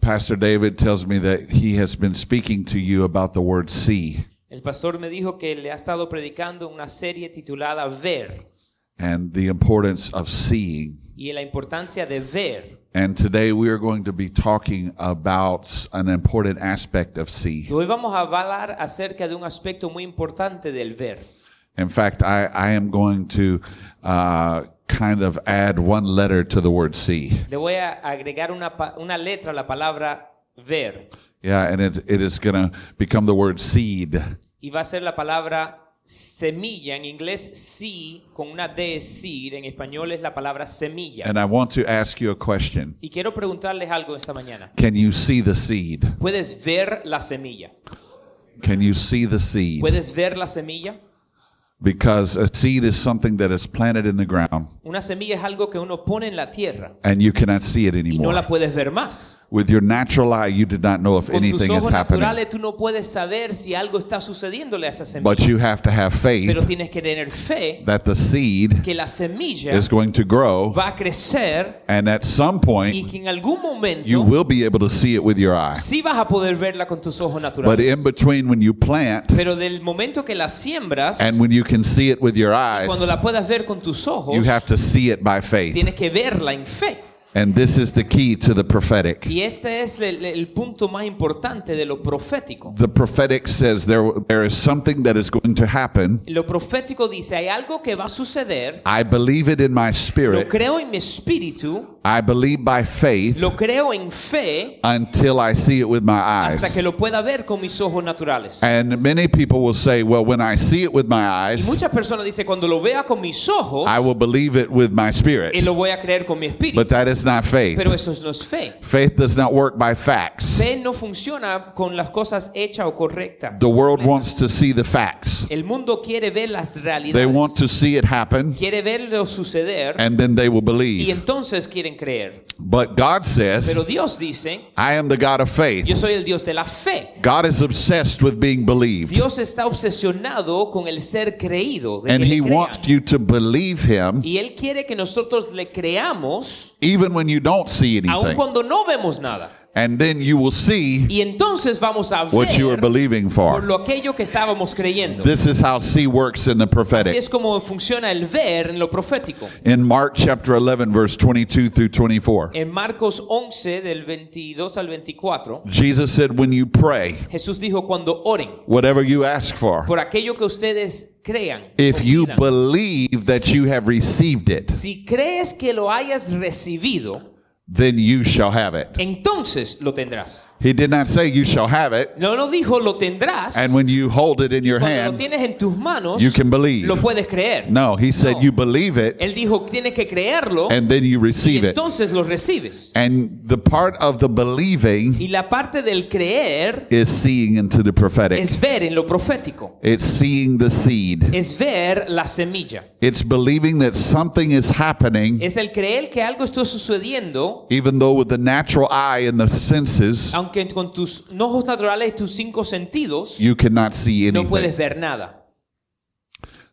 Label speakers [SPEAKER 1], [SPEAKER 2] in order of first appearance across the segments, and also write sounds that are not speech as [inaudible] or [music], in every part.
[SPEAKER 1] Pastor David tells me that he has been speaking to you about the word see.
[SPEAKER 2] El pastor me dijo que le ha estado predicando una serie titulada Ver
[SPEAKER 1] and the importance of seeing.
[SPEAKER 2] y la importancia de ver.
[SPEAKER 1] And today we are going to be talking about an important aspect of
[SPEAKER 2] Y
[SPEAKER 1] see.
[SPEAKER 2] hoy vamos a hablar acerca de un aspecto muy importante del ver.
[SPEAKER 1] In fact, I, I am going to uh, kind of add one letter to the word see.
[SPEAKER 2] Le voy a agregar una, pa- una letra a la palabra ver
[SPEAKER 1] Yeah, and it, it is going to become the word seed.
[SPEAKER 2] y va a ser la palabra semilla en inglés sí con una d seed en español es la palabra semilla.
[SPEAKER 1] And I want to ask you a question.
[SPEAKER 2] Y quiero preguntarles algo esta mañana.
[SPEAKER 1] Can you see the seed?
[SPEAKER 2] ¿Puedes ver la semilla?
[SPEAKER 1] Can you see the seed?
[SPEAKER 2] ¿Puedes ver la semilla?
[SPEAKER 1] Because a seed is something that is planted in the ground
[SPEAKER 2] Una semilla es algo que uno pone en la tierra
[SPEAKER 1] and you cannot see it
[SPEAKER 2] y no
[SPEAKER 1] anymore.
[SPEAKER 2] la puedes ver más.
[SPEAKER 1] With your natural eye, you did not know if
[SPEAKER 2] Con tus
[SPEAKER 1] anything is
[SPEAKER 2] ojos
[SPEAKER 1] happening.
[SPEAKER 2] naturales tú no puedes saber si algo está sucediéndole a esa semilla.
[SPEAKER 1] But you have to have
[SPEAKER 2] Pero
[SPEAKER 1] faith
[SPEAKER 2] tienes que tener fe
[SPEAKER 1] that the seed
[SPEAKER 2] que la semilla
[SPEAKER 1] is going to grow
[SPEAKER 2] va a crecer
[SPEAKER 1] and at some
[SPEAKER 2] y
[SPEAKER 1] point
[SPEAKER 2] que en algún
[SPEAKER 1] you
[SPEAKER 2] momento
[SPEAKER 1] will be able to see it with your eye.
[SPEAKER 2] sí vas a poder verla con tus
[SPEAKER 1] But
[SPEAKER 2] ojos naturales.
[SPEAKER 1] in between when you plant
[SPEAKER 2] Pero del momento que la siembras,
[SPEAKER 1] and when you can see it with your eyes,
[SPEAKER 2] cuando la puedas ver con tus ojos,
[SPEAKER 1] you have to see it by faith.
[SPEAKER 2] tienes que verla en fe.
[SPEAKER 1] And this is the key to the prophetic.
[SPEAKER 2] Y este es el, el punto más importante de lo profético.
[SPEAKER 1] The prophetic says there there is something that is going to happen.
[SPEAKER 2] Lo profético dice, hay algo que va a suceder,
[SPEAKER 1] I believe it in my
[SPEAKER 2] lo
[SPEAKER 1] spirit.
[SPEAKER 2] creo en mi espíritu,
[SPEAKER 1] I believe by faith
[SPEAKER 2] lo creo en fe,
[SPEAKER 1] until I see it with my
[SPEAKER 2] hasta que
[SPEAKER 1] eyes.
[SPEAKER 2] lo pueda ver con mis ojos naturales.
[SPEAKER 1] And many people will say, well, when I see it with my
[SPEAKER 2] Y
[SPEAKER 1] eyes,
[SPEAKER 2] muchas personas dicen, cuando lo vea con mis ojos,
[SPEAKER 1] I will believe it with my
[SPEAKER 2] y
[SPEAKER 1] spirit.
[SPEAKER 2] lo voy a creer con mi espíritu.
[SPEAKER 1] But that is not faith.
[SPEAKER 2] Pero eso no es fe.
[SPEAKER 1] Faith does not work by facts.
[SPEAKER 2] Fe no funciona con las cosas hechas o correctas.
[SPEAKER 1] The world wants to see the facts.
[SPEAKER 2] El mundo quiere ver las
[SPEAKER 1] They want
[SPEAKER 2] realidades,
[SPEAKER 1] to see it happen
[SPEAKER 2] quiere verlo suceder
[SPEAKER 1] and then they will
[SPEAKER 2] y
[SPEAKER 1] believe.
[SPEAKER 2] entonces quieren creer.
[SPEAKER 1] But God
[SPEAKER 2] Pero
[SPEAKER 1] says,
[SPEAKER 2] Dios dice,
[SPEAKER 1] I am the God of faith.
[SPEAKER 2] yo soy el Dios de la fe.
[SPEAKER 1] God is obsessed with being believed.
[SPEAKER 2] Dios está obsesionado con el ser creído. de
[SPEAKER 1] And
[SPEAKER 2] que le
[SPEAKER 1] he
[SPEAKER 2] crean.
[SPEAKER 1] wants you to believe him
[SPEAKER 2] y Él quiere que nosotros le creamos
[SPEAKER 1] even when you don't see
[SPEAKER 2] aun
[SPEAKER 1] anything.
[SPEAKER 2] cuando no vemos nada.
[SPEAKER 1] And then you will see
[SPEAKER 2] Y entonces vamos a
[SPEAKER 1] what you are
[SPEAKER 2] ver
[SPEAKER 1] believing
[SPEAKER 2] por
[SPEAKER 1] for.
[SPEAKER 2] lo aquello que estábamos creyendo.
[SPEAKER 1] This is how see works in the
[SPEAKER 2] Así
[SPEAKER 1] prophetic.
[SPEAKER 2] es como funciona el ver en lo profético.
[SPEAKER 1] In Mark chapter 11, verse 22 through 24,
[SPEAKER 2] En Marcos 11 del 22 al 24,
[SPEAKER 1] Jesus said, When you pray,
[SPEAKER 2] Jesús dijo cuando oren
[SPEAKER 1] whatever you ask for,
[SPEAKER 2] por aquello que ustedes crean. o
[SPEAKER 1] if you
[SPEAKER 2] pidan,
[SPEAKER 1] believe that you have received it,
[SPEAKER 2] si crees que lo hayas recibido,
[SPEAKER 1] then you shall have it.
[SPEAKER 2] entonces lo tendrás.
[SPEAKER 1] He did not say you shall have it,
[SPEAKER 2] No lo dijo lo tendrás.
[SPEAKER 1] and when you hold it in your
[SPEAKER 2] Cuando lo
[SPEAKER 1] hand,
[SPEAKER 2] tienes en tus manos,
[SPEAKER 1] you can believe.
[SPEAKER 2] lo puedes creer.
[SPEAKER 1] No, he said you believe it,
[SPEAKER 2] Él dijo tienes que creerlo
[SPEAKER 1] and then you
[SPEAKER 2] y
[SPEAKER 1] receive it.
[SPEAKER 2] entonces lo recibes.
[SPEAKER 1] And the part of the believing
[SPEAKER 2] Y la parte del creer
[SPEAKER 1] is seeing into the prophetic.
[SPEAKER 2] es ver en lo profético,
[SPEAKER 1] It's seeing the seed.
[SPEAKER 2] es ver la semilla.
[SPEAKER 1] It's believing that something is happening,
[SPEAKER 2] Es el creer que algo está sucediendo,
[SPEAKER 1] even though with the natural eye and the senses,
[SPEAKER 2] aunque con tus ojos naturales, tus cinco sentidos,
[SPEAKER 1] you cannot see
[SPEAKER 2] no
[SPEAKER 1] anything.
[SPEAKER 2] puedes ver nada.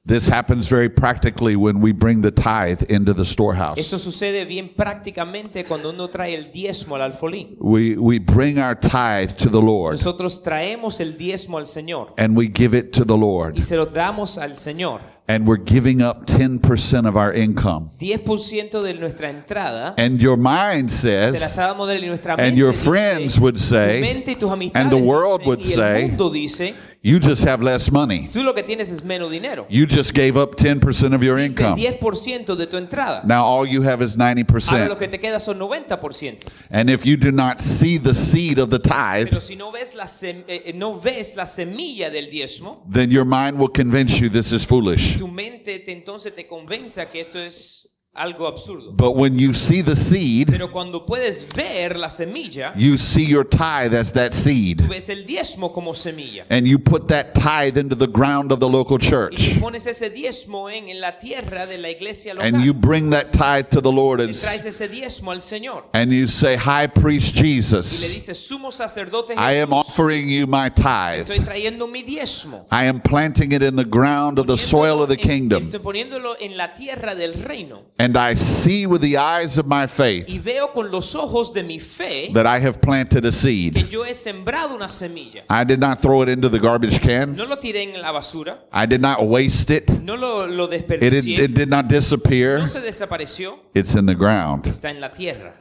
[SPEAKER 1] This happens very practically when we bring the tithe into the storehouse.
[SPEAKER 2] Esto sucede bien prácticamente cuando uno trae el diezmo al alfolí.
[SPEAKER 1] We, we bring our tithe to the Lord
[SPEAKER 2] Nosotros traemos el diezmo al Señor
[SPEAKER 1] and we give it to the Lord.
[SPEAKER 2] y se lo damos al Señor.
[SPEAKER 1] And we're giving up 10% of our income.
[SPEAKER 2] 10% de nuestra entrada
[SPEAKER 1] And your mind
[SPEAKER 2] se la
[SPEAKER 1] says,
[SPEAKER 2] damos de nuestra mente.
[SPEAKER 1] and your
[SPEAKER 2] dice,
[SPEAKER 1] friends would
[SPEAKER 2] tu
[SPEAKER 1] say,
[SPEAKER 2] mente y tus amistades
[SPEAKER 1] and the world
[SPEAKER 2] dicen,
[SPEAKER 1] would
[SPEAKER 2] y el
[SPEAKER 1] say,
[SPEAKER 2] mundo dice,
[SPEAKER 1] you just have less money.
[SPEAKER 2] tú lo que tienes es menos dinero.
[SPEAKER 1] You just gave up 10% of your
[SPEAKER 2] El
[SPEAKER 1] income.
[SPEAKER 2] 10% de tu entrada.
[SPEAKER 1] Now all you have is
[SPEAKER 2] Ahora lo
[SPEAKER 1] 90%.
[SPEAKER 2] que te queda son 90%.
[SPEAKER 1] And if you do not see the seed of the tithe,
[SPEAKER 2] Pero si no ves la, sem- eh, eh, no ves la semilla del diezmo,
[SPEAKER 1] then your mind will convince you this is foolish.
[SPEAKER 2] tu mente te, entonces te convence que esto es algo absurdo.
[SPEAKER 1] But when you see the seed,
[SPEAKER 2] Pero cuando puedes ver la semilla,
[SPEAKER 1] you see your tithe as that
[SPEAKER 2] tú
[SPEAKER 1] seed.
[SPEAKER 2] ves el diezmo como semilla.
[SPEAKER 1] And you put that tithe into the ground of the local
[SPEAKER 2] Y
[SPEAKER 1] church.
[SPEAKER 2] tú pones ese diezmo en, en la tierra de la iglesia local.
[SPEAKER 1] And you bring that tithe to the Lord
[SPEAKER 2] Le
[SPEAKER 1] and, s-
[SPEAKER 2] traes ese diezmo al Señor.
[SPEAKER 1] and you say, High Priest
[SPEAKER 2] Y le
[SPEAKER 1] Jesus,
[SPEAKER 2] dices, sumo sacerdote
[SPEAKER 1] I am
[SPEAKER 2] Jesús,
[SPEAKER 1] offering you my tithe.
[SPEAKER 2] estoy trayendo mi diezmo.
[SPEAKER 1] I am planting it in the ground of the soil of the
[SPEAKER 2] Poniéndolo en-
[SPEAKER 1] kingdom.
[SPEAKER 2] Estoy poniéndolo en la tierra del reino.
[SPEAKER 1] And I see with the eyes of my faith
[SPEAKER 2] y veo con los ojos de mi fe
[SPEAKER 1] that I have planted a seed.
[SPEAKER 2] que yo he sembrado una semilla.
[SPEAKER 1] I did not throw it into the garbage can.
[SPEAKER 2] No lo tiré en la basura,
[SPEAKER 1] I did not waste it.
[SPEAKER 2] no lo, lo
[SPEAKER 1] It, it,
[SPEAKER 2] desperdicié,
[SPEAKER 1] it did not disappear.
[SPEAKER 2] no se desapareció,
[SPEAKER 1] It's in the ground.
[SPEAKER 2] está en la tierra.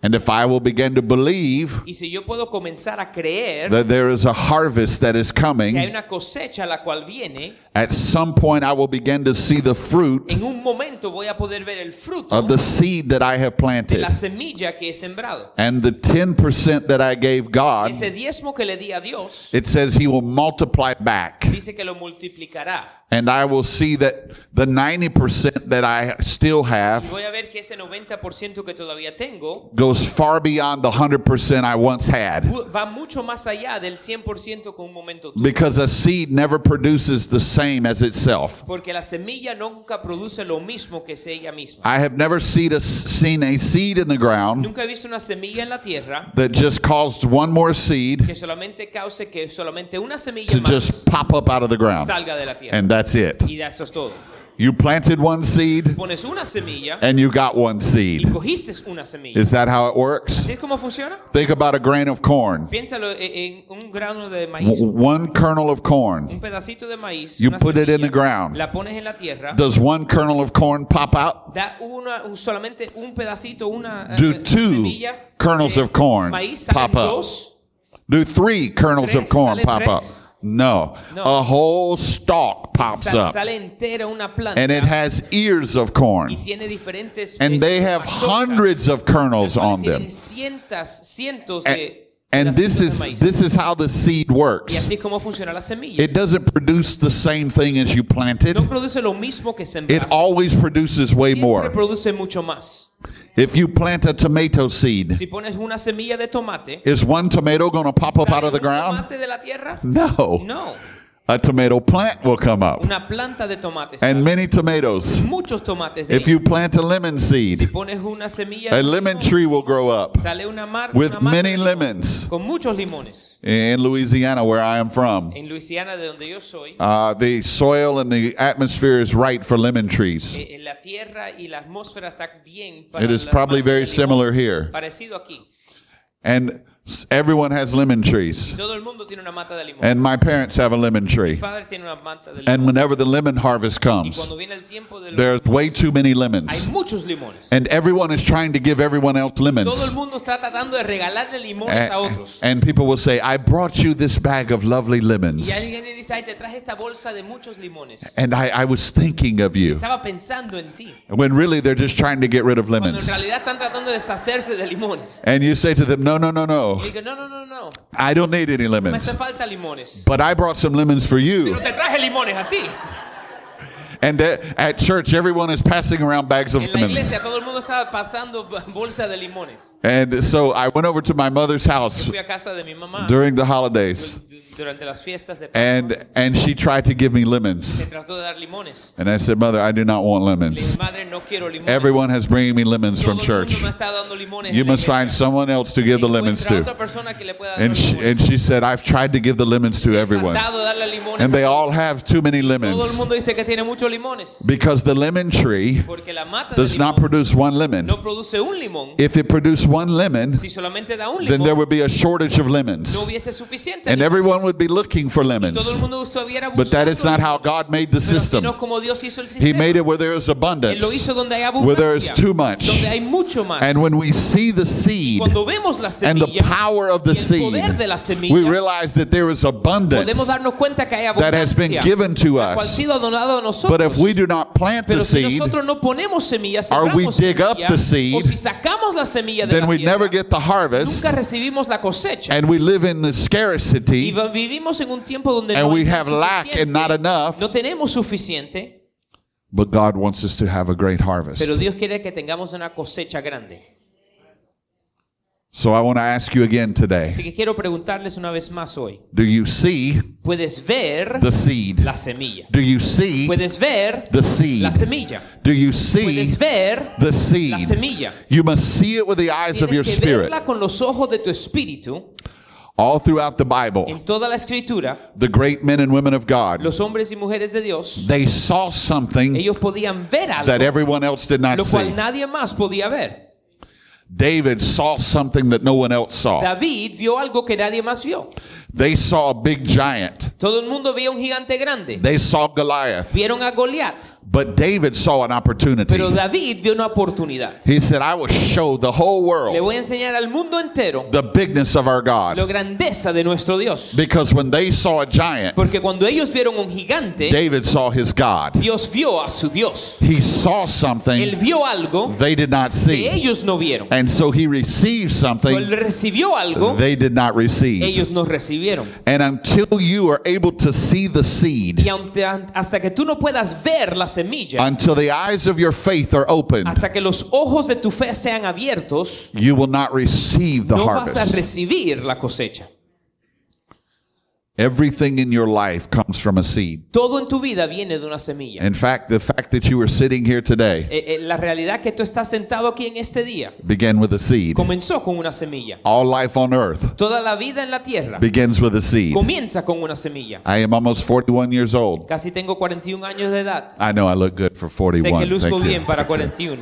[SPEAKER 1] And if I will begin to believe
[SPEAKER 2] Y si yo puedo comenzar a creer
[SPEAKER 1] that there is a harvest that is
[SPEAKER 2] que hay
[SPEAKER 1] coming,
[SPEAKER 2] una cosecha la cual viene,
[SPEAKER 1] at some point I will begin to see the fruit
[SPEAKER 2] en un momento voy a poder ver el fruto
[SPEAKER 1] of the seed that I have
[SPEAKER 2] de
[SPEAKER 1] planted.
[SPEAKER 2] la semilla que he sembrado.
[SPEAKER 1] And the 10% that I gave God,
[SPEAKER 2] Ese diezmo que le di a Dios
[SPEAKER 1] it says He will multiply back.
[SPEAKER 2] dice que lo multiplicará.
[SPEAKER 1] And I will see that the 90% that I still
[SPEAKER 2] Y
[SPEAKER 1] have
[SPEAKER 2] voy a ver que ese 90% que todavía tengo
[SPEAKER 1] goes far beyond the 100% I once had.
[SPEAKER 2] pu- va mucho más allá del 100% con un momento tuyo.
[SPEAKER 1] Because a seed never produces the same as itself.
[SPEAKER 2] Porque la semilla nunca produce lo mismo que es ella misma.
[SPEAKER 1] I have never seen a, seen a seed in the ground
[SPEAKER 2] Nunca he visto una semilla en la tierra
[SPEAKER 1] that just caused one more seed
[SPEAKER 2] que solamente cause que solamente una semilla
[SPEAKER 1] to
[SPEAKER 2] más
[SPEAKER 1] just pop up out of the ground.
[SPEAKER 2] salga de la tierra.
[SPEAKER 1] And that's it.
[SPEAKER 2] Y eso es todo.
[SPEAKER 1] You planted one seed
[SPEAKER 2] Pones una semilla
[SPEAKER 1] and you got one
[SPEAKER 2] y
[SPEAKER 1] seed.
[SPEAKER 2] cogiste una semilla.
[SPEAKER 1] Is that how it works?
[SPEAKER 2] ¿Así es como funciona?
[SPEAKER 1] Think about a grain of corn.
[SPEAKER 2] Piénsalo e-, en en un grano de maíz,
[SPEAKER 1] W- One kernel of corn.
[SPEAKER 2] un pedacito de maíz.
[SPEAKER 1] You
[SPEAKER 2] una
[SPEAKER 1] put it in the
[SPEAKER 2] semilla,
[SPEAKER 1] ground.
[SPEAKER 2] La pones en la tierra.
[SPEAKER 1] Does one kernel of corn pop out?
[SPEAKER 2] da una un- solamente un pedacito una
[SPEAKER 1] Do
[SPEAKER 2] eh,
[SPEAKER 1] two
[SPEAKER 2] semilla
[SPEAKER 1] kernels
[SPEAKER 2] de
[SPEAKER 1] of corn
[SPEAKER 2] maíz salen
[SPEAKER 1] pop up?
[SPEAKER 2] dos
[SPEAKER 1] Do three kernels of
[SPEAKER 2] Tres,
[SPEAKER 1] corn
[SPEAKER 2] sale
[SPEAKER 1] pop up?
[SPEAKER 2] tres.
[SPEAKER 1] No.
[SPEAKER 2] No.
[SPEAKER 1] A whole stalk pops
[SPEAKER 2] sal-
[SPEAKER 1] up.
[SPEAKER 2] sale entera una planta
[SPEAKER 1] And it has ears of
[SPEAKER 2] y
[SPEAKER 1] corn.
[SPEAKER 2] tiene diferentes eh,
[SPEAKER 1] And they have
[SPEAKER 2] mazorcas,
[SPEAKER 1] hundreds of
[SPEAKER 2] las
[SPEAKER 1] kernels
[SPEAKER 2] cuales
[SPEAKER 1] on
[SPEAKER 2] tienen
[SPEAKER 1] them.
[SPEAKER 2] cientas cientos
[SPEAKER 1] And,
[SPEAKER 2] de
[SPEAKER 1] and
[SPEAKER 2] pedacitos
[SPEAKER 1] this
[SPEAKER 2] de
[SPEAKER 1] is
[SPEAKER 2] maíz.
[SPEAKER 1] this is how the seed
[SPEAKER 2] y
[SPEAKER 1] works.
[SPEAKER 2] así es como funciona la semilla
[SPEAKER 1] It doesn't produce the same thing as you planted.
[SPEAKER 2] no produce lo mismo que sembraste
[SPEAKER 1] It always produces way
[SPEAKER 2] siempre
[SPEAKER 1] more.
[SPEAKER 2] produce mucho más
[SPEAKER 1] If you plant a tomato seed,
[SPEAKER 2] si pones una semilla de tomate
[SPEAKER 1] is one tomato going to pop up
[SPEAKER 2] ¿sale
[SPEAKER 1] out of the
[SPEAKER 2] un
[SPEAKER 1] ground?
[SPEAKER 2] tomate de la tierra
[SPEAKER 1] No.
[SPEAKER 2] no
[SPEAKER 1] A tomato plant will come up.
[SPEAKER 2] una planta de tomates
[SPEAKER 1] and many tomatoes.
[SPEAKER 2] muchos tomates de
[SPEAKER 1] If you plant a lemon
[SPEAKER 2] Si
[SPEAKER 1] seed,
[SPEAKER 2] pones una semilla
[SPEAKER 1] a
[SPEAKER 2] de
[SPEAKER 1] lemon
[SPEAKER 2] limón,
[SPEAKER 1] tree will grow up
[SPEAKER 2] sale una mar
[SPEAKER 1] with
[SPEAKER 2] una mata
[SPEAKER 1] many
[SPEAKER 2] de limón,
[SPEAKER 1] lemons.
[SPEAKER 2] con muchos limones.
[SPEAKER 1] In Louisiana, where I am from,
[SPEAKER 2] En Luisiana, de donde yo soy,
[SPEAKER 1] uh, the soil and the atmosphere is right for lemon trees.
[SPEAKER 2] eh, en la tierra y la atmósfera está bien para
[SPEAKER 1] It is
[SPEAKER 2] la
[SPEAKER 1] probably
[SPEAKER 2] mata de
[SPEAKER 1] very
[SPEAKER 2] limón.
[SPEAKER 1] similar here.
[SPEAKER 2] Parecido aquí.
[SPEAKER 1] And s- everyone has lemon trees.
[SPEAKER 2] Todo el mundo tiene una mata de limón.
[SPEAKER 1] And my parents have a lemon
[SPEAKER 2] Mis
[SPEAKER 1] tree.
[SPEAKER 2] padres tienen una mata de limón.
[SPEAKER 1] And whenever the lemon harvest
[SPEAKER 2] Y
[SPEAKER 1] comes,
[SPEAKER 2] cuando viene el tiempo de los
[SPEAKER 1] there's way
[SPEAKER 2] limones,
[SPEAKER 1] too many
[SPEAKER 2] hay
[SPEAKER 1] lemons.
[SPEAKER 2] muchos limones.
[SPEAKER 1] And everyone is trying to give everyone else
[SPEAKER 2] Todo el
[SPEAKER 1] lemons.
[SPEAKER 2] mundo está tratando de regalarle limones
[SPEAKER 1] And,
[SPEAKER 2] a otros.
[SPEAKER 1] and people will say, I brought you this bag of lovely lemons.
[SPEAKER 2] Y alguien le dice, ay, te traje esta bolsa de muchos limones.
[SPEAKER 1] And I, I was thinking of you.
[SPEAKER 2] Estaba pensando en ti.
[SPEAKER 1] When really they're just trying to get rid of
[SPEAKER 2] Cuando en
[SPEAKER 1] lemons.
[SPEAKER 2] realidad están tratando de deshacerse de limones.
[SPEAKER 1] And you say to them, No, no, no,
[SPEAKER 2] Y
[SPEAKER 1] no.
[SPEAKER 2] digo, no, no, no, no.
[SPEAKER 1] I don't need any
[SPEAKER 2] Me
[SPEAKER 1] lemons.
[SPEAKER 2] hace falta limones.
[SPEAKER 1] But I brought some lemons for you.
[SPEAKER 2] Pero te traje limones a ti.
[SPEAKER 1] And at, at church, everyone is passing around bags of
[SPEAKER 2] En la
[SPEAKER 1] lemons.
[SPEAKER 2] iglesia todo el mundo estaba pasando b- bolsa de limones.
[SPEAKER 1] And so I went over to my mother's house
[SPEAKER 2] Fui a casa de mi mamá
[SPEAKER 1] during the holidays.
[SPEAKER 2] du- durante las fiestas de
[SPEAKER 1] And, and she tried to give me lemons.
[SPEAKER 2] me trató de dar limones.
[SPEAKER 1] And I said, Mother, I do not want
[SPEAKER 2] Le dije,
[SPEAKER 1] lemons.
[SPEAKER 2] madre, no quiero limones.
[SPEAKER 1] Everyone has bringing me lemons
[SPEAKER 2] todo
[SPEAKER 1] from
[SPEAKER 2] el mundo
[SPEAKER 1] church.
[SPEAKER 2] me está dando limones.
[SPEAKER 1] You
[SPEAKER 2] en la
[SPEAKER 1] must
[SPEAKER 2] iglesia.
[SPEAKER 1] find someone else to give the lemons
[SPEAKER 2] Encuentra
[SPEAKER 1] to.
[SPEAKER 2] otra persona que le pueda dar
[SPEAKER 1] And
[SPEAKER 2] los
[SPEAKER 1] she, and
[SPEAKER 2] limones.
[SPEAKER 1] she said, I've tried to give the lemons to everyone.
[SPEAKER 2] Tratado de darle limones.
[SPEAKER 1] And
[SPEAKER 2] a
[SPEAKER 1] they
[SPEAKER 2] todos.
[SPEAKER 1] all have too many
[SPEAKER 2] todo el
[SPEAKER 1] lemons
[SPEAKER 2] mundo dice que tiene muchos limones.
[SPEAKER 1] because the lemon tree
[SPEAKER 2] Porque la mata de
[SPEAKER 1] does not
[SPEAKER 2] limón
[SPEAKER 1] produce one lemon.
[SPEAKER 2] no produce un limón.
[SPEAKER 1] If it produced one lemon,
[SPEAKER 2] Si solamente da un
[SPEAKER 1] then there
[SPEAKER 2] limón,
[SPEAKER 1] would be a shortage of
[SPEAKER 2] no
[SPEAKER 1] lemons.
[SPEAKER 2] hubiese suficiente.
[SPEAKER 1] And everyone would be looking for
[SPEAKER 2] Todo el
[SPEAKER 1] lemons.
[SPEAKER 2] mundo estuviera
[SPEAKER 1] But that is
[SPEAKER 2] buscando
[SPEAKER 1] not how God made the
[SPEAKER 2] Pero así no
[SPEAKER 1] system.
[SPEAKER 2] es como Dios hizo el
[SPEAKER 1] He
[SPEAKER 2] sistema.
[SPEAKER 1] made it where there is
[SPEAKER 2] Él lo hizo
[SPEAKER 1] abundance,
[SPEAKER 2] donde hay
[SPEAKER 1] where there
[SPEAKER 2] abundancia,
[SPEAKER 1] is too much.
[SPEAKER 2] donde hay mucho más.
[SPEAKER 1] And when we see the seed
[SPEAKER 2] Cuando vemos la
[SPEAKER 1] and the
[SPEAKER 2] semilla,
[SPEAKER 1] power of the
[SPEAKER 2] y el
[SPEAKER 1] seed,
[SPEAKER 2] poder de la semilla,
[SPEAKER 1] we realize that there is abundance
[SPEAKER 2] podemos darnos cuenta que hay
[SPEAKER 1] that has been
[SPEAKER 2] abundancia,
[SPEAKER 1] given to
[SPEAKER 2] la cual ha
[SPEAKER 1] us.
[SPEAKER 2] sido donado a
[SPEAKER 1] But
[SPEAKER 2] nosotros.
[SPEAKER 1] if we do not plant the
[SPEAKER 2] Pero si
[SPEAKER 1] seed,
[SPEAKER 2] nosotros no ponemos semillas,
[SPEAKER 1] or we
[SPEAKER 2] sembramos
[SPEAKER 1] dig up
[SPEAKER 2] semilla,
[SPEAKER 1] the seed,
[SPEAKER 2] o si sacamos la semilla de
[SPEAKER 1] then
[SPEAKER 2] la
[SPEAKER 1] we
[SPEAKER 2] tierra,
[SPEAKER 1] never get the harvest
[SPEAKER 2] nunca recibimos la cosecha.
[SPEAKER 1] and we live in the
[SPEAKER 2] y
[SPEAKER 1] scarcity
[SPEAKER 2] va- vivimos en un tiempo donde
[SPEAKER 1] and
[SPEAKER 2] no,
[SPEAKER 1] we
[SPEAKER 2] hay
[SPEAKER 1] have lack
[SPEAKER 2] suficiente.
[SPEAKER 1] and not enough.
[SPEAKER 2] no tenemos suficiente,
[SPEAKER 1] But God wants us to have a great harvest.
[SPEAKER 2] pero Dios quiere que tengamos una cosecha grande.
[SPEAKER 1] So I want to ask you again today.
[SPEAKER 2] Así que quiero preguntarles una vez más hoy.
[SPEAKER 1] Do you see
[SPEAKER 2] Puedes ver
[SPEAKER 1] the seed?
[SPEAKER 2] la semilla.
[SPEAKER 1] Do you see
[SPEAKER 2] Puedes ver
[SPEAKER 1] the seed?
[SPEAKER 2] la semilla.
[SPEAKER 1] Do you see
[SPEAKER 2] Puedes ver
[SPEAKER 1] the
[SPEAKER 2] la
[SPEAKER 1] seed?
[SPEAKER 2] semilla.
[SPEAKER 1] You must see it with the eyes of your
[SPEAKER 2] Tienes que
[SPEAKER 1] spirit.
[SPEAKER 2] verla con los ojos de tu espíritu.
[SPEAKER 1] All throughout the Bible,
[SPEAKER 2] En toda la escritura,
[SPEAKER 1] the great men and women of God,
[SPEAKER 2] los hombres y mujeres de Dios,
[SPEAKER 1] they saw something
[SPEAKER 2] ellos podían ver
[SPEAKER 1] that
[SPEAKER 2] algo,
[SPEAKER 1] everyone else did not
[SPEAKER 2] lo cual
[SPEAKER 1] see.
[SPEAKER 2] nadie más podía ver.
[SPEAKER 1] David saw something that no one else saw.
[SPEAKER 2] David vio algo que nadie más vio.
[SPEAKER 1] They saw a big giant.
[SPEAKER 2] Todo el mundo veía un gigante grande.
[SPEAKER 1] They saw Goliath.
[SPEAKER 2] Vieron a Goliat,
[SPEAKER 1] But David saw an opportunity.
[SPEAKER 2] pero David vio una oportunidad.
[SPEAKER 1] He said, I will show the whole
[SPEAKER 2] Le
[SPEAKER 1] world
[SPEAKER 2] voy a enseñar al mundo entero
[SPEAKER 1] the bigness of our
[SPEAKER 2] la
[SPEAKER 1] God.
[SPEAKER 2] grandeza de nuestro Dios.
[SPEAKER 1] Because when they saw a giant,
[SPEAKER 2] Porque cuando ellos vieron un gigante,
[SPEAKER 1] David saw his God.
[SPEAKER 2] Dios vio a su Dios.
[SPEAKER 1] He saw
[SPEAKER 2] Él
[SPEAKER 1] something
[SPEAKER 2] vio algo
[SPEAKER 1] they did not
[SPEAKER 2] que
[SPEAKER 1] see.
[SPEAKER 2] ellos no vieron.
[SPEAKER 1] And so he received
[SPEAKER 2] So, él
[SPEAKER 1] something
[SPEAKER 2] recibió algo
[SPEAKER 1] they did not receive.
[SPEAKER 2] ellos no recibieron.
[SPEAKER 1] And until you are able to see the
[SPEAKER 2] Y
[SPEAKER 1] seed,
[SPEAKER 2] ante- hasta que tú no puedas ver la semilla,
[SPEAKER 1] until the eyes of your faith are opened,
[SPEAKER 2] hasta que los ojos de tu fe sean abiertos,
[SPEAKER 1] you will not receive the
[SPEAKER 2] no vas a
[SPEAKER 1] harvest.
[SPEAKER 2] recibir la cosecha.
[SPEAKER 1] Everything in your life comes from a seed.
[SPEAKER 2] Todo en tu vida viene de una semilla.
[SPEAKER 1] In fact, the fact that you are sitting here today
[SPEAKER 2] Eh, eh, la realidad que tú estás sentado aquí en este día
[SPEAKER 1] began with a seed.
[SPEAKER 2] comenzó con una semilla.
[SPEAKER 1] All life on earth
[SPEAKER 2] Toda la vida en la tierra
[SPEAKER 1] begins with a seed.
[SPEAKER 2] comienza con una semilla.
[SPEAKER 1] I am almost 41 years old.
[SPEAKER 2] Casi tengo 41 años de edad.
[SPEAKER 1] I know I look good for
[SPEAKER 2] Sé que
[SPEAKER 1] 41.
[SPEAKER 2] luzco
[SPEAKER 1] Thank
[SPEAKER 2] bien
[SPEAKER 1] you.
[SPEAKER 2] para 41.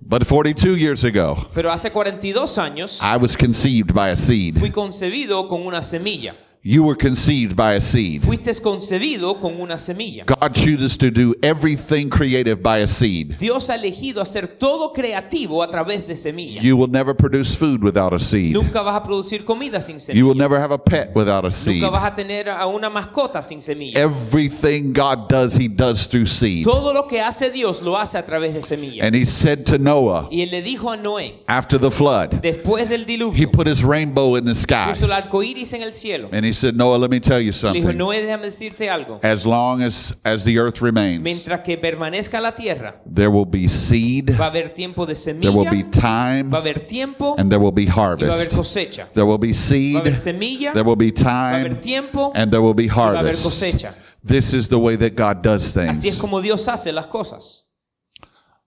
[SPEAKER 1] But 42 years ago,
[SPEAKER 2] Pero hace 42 años
[SPEAKER 1] I was conceived by a seed.
[SPEAKER 2] fui concebido con una semilla.
[SPEAKER 1] You were conceived by a seed.
[SPEAKER 2] Fuiste concebido con una semilla.
[SPEAKER 1] God chooses to do everything creative by a seed.
[SPEAKER 2] Dios ha elegido hacer todo creativo a través de semillas.
[SPEAKER 1] You will never produce food without a seed.
[SPEAKER 2] Nunca vas a producir comida sin
[SPEAKER 1] You
[SPEAKER 2] semilla.
[SPEAKER 1] will never have a pet without a seed.
[SPEAKER 2] Nunca vas a tener a una mascota sin semilla.
[SPEAKER 1] Everything God does, He does through seed.
[SPEAKER 2] Todo lo que hace Dios lo hace a través de semillas.
[SPEAKER 1] And He said to Noah
[SPEAKER 2] Y él le dijo a Noé,
[SPEAKER 1] after the flood,
[SPEAKER 2] después del
[SPEAKER 1] He
[SPEAKER 2] diluvio,
[SPEAKER 1] put His rainbow in the sky.
[SPEAKER 2] puso el arco iris en el cielo.
[SPEAKER 1] And He said, Noah, let me tell you
[SPEAKER 2] Le dijo,
[SPEAKER 1] something.
[SPEAKER 2] Noé, déjame decirte algo.
[SPEAKER 1] As long as, as the earth remains,
[SPEAKER 2] Mientras que permanezca la tierra,
[SPEAKER 1] there will be seed,
[SPEAKER 2] va a haber tiempo de
[SPEAKER 1] there will
[SPEAKER 2] semilla,
[SPEAKER 1] be time,
[SPEAKER 2] va a haber tiempo
[SPEAKER 1] and there will be
[SPEAKER 2] y va a haber
[SPEAKER 1] harvest.
[SPEAKER 2] cosecha.
[SPEAKER 1] There will be
[SPEAKER 2] Va a
[SPEAKER 1] seed,
[SPEAKER 2] haber semilla,
[SPEAKER 1] there will be
[SPEAKER 2] va a haber
[SPEAKER 1] time,
[SPEAKER 2] tiempo
[SPEAKER 1] and there will be
[SPEAKER 2] y va a haber
[SPEAKER 1] harvest.
[SPEAKER 2] cosecha.
[SPEAKER 1] This is the way that God does
[SPEAKER 2] Así es
[SPEAKER 1] things.
[SPEAKER 2] como Dios hace las cosas.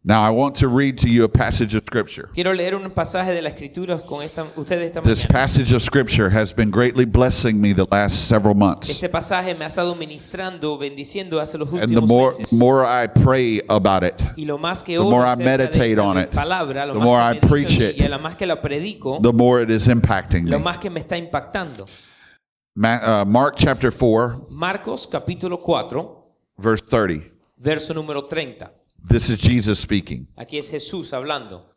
[SPEAKER 1] Now, I want to read to you a passage of Scripture.
[SPEAKER 2] Quiero leer un pasaje de la escritura con esta, ustedes esta
[SPEAKER 1] This
[SPEAKER 2] mañana.
[SPEAKER 1] passage of Scripture has been greatly blessing me the last several months.
[SPEAKER 2] Este pasaje me ha estado ministrando, bendiciendo hace los
[SPEAKER 1] And the
[SPEAKER 2] últimos
[SPEAKER 1] more,
[SPEAKER 2] meses.
[SPEAKER 1] more I pray about it,
[SPEAKER 2] y lo más que
[SPEAKER 1] the more I
[SPEAKER 2] oro acerca de
[SPEAKER 1] meditate
[SPEAKER 2] esa
[SPEAKER 1] on it,
[SPEAKER 2] palabra, lo
[SPEAKER 1] the
[SPEAKER 2] más
[SPEAKER 1] more
[SPEAKER 2] que
[SPEAKER 1] I
[SPEAKER 2] medito
[SPEAKER 1] preach
[SPEAKER 2] en
[SPEAKER 1] it,
[SPEAKER 2] ella, la más que la predico,
[SPEAKER 1] the more it is impacting
[SPEAKER 2] lo
[SPEAKER 1] me.
[SPEAKER 2] más que me está impactando.
[SPEAKER 1] Ma- uh, Mark chapter 4,
[SPEAKER 2] Marcos capítulo 4,
[SPEAKER 1] verse 30.
[SPEAKER 2] verso número 30.
[SPEAKER 1] This is Jesus speaking.
[SPEAKER 2] Aquí es Jesús hablando.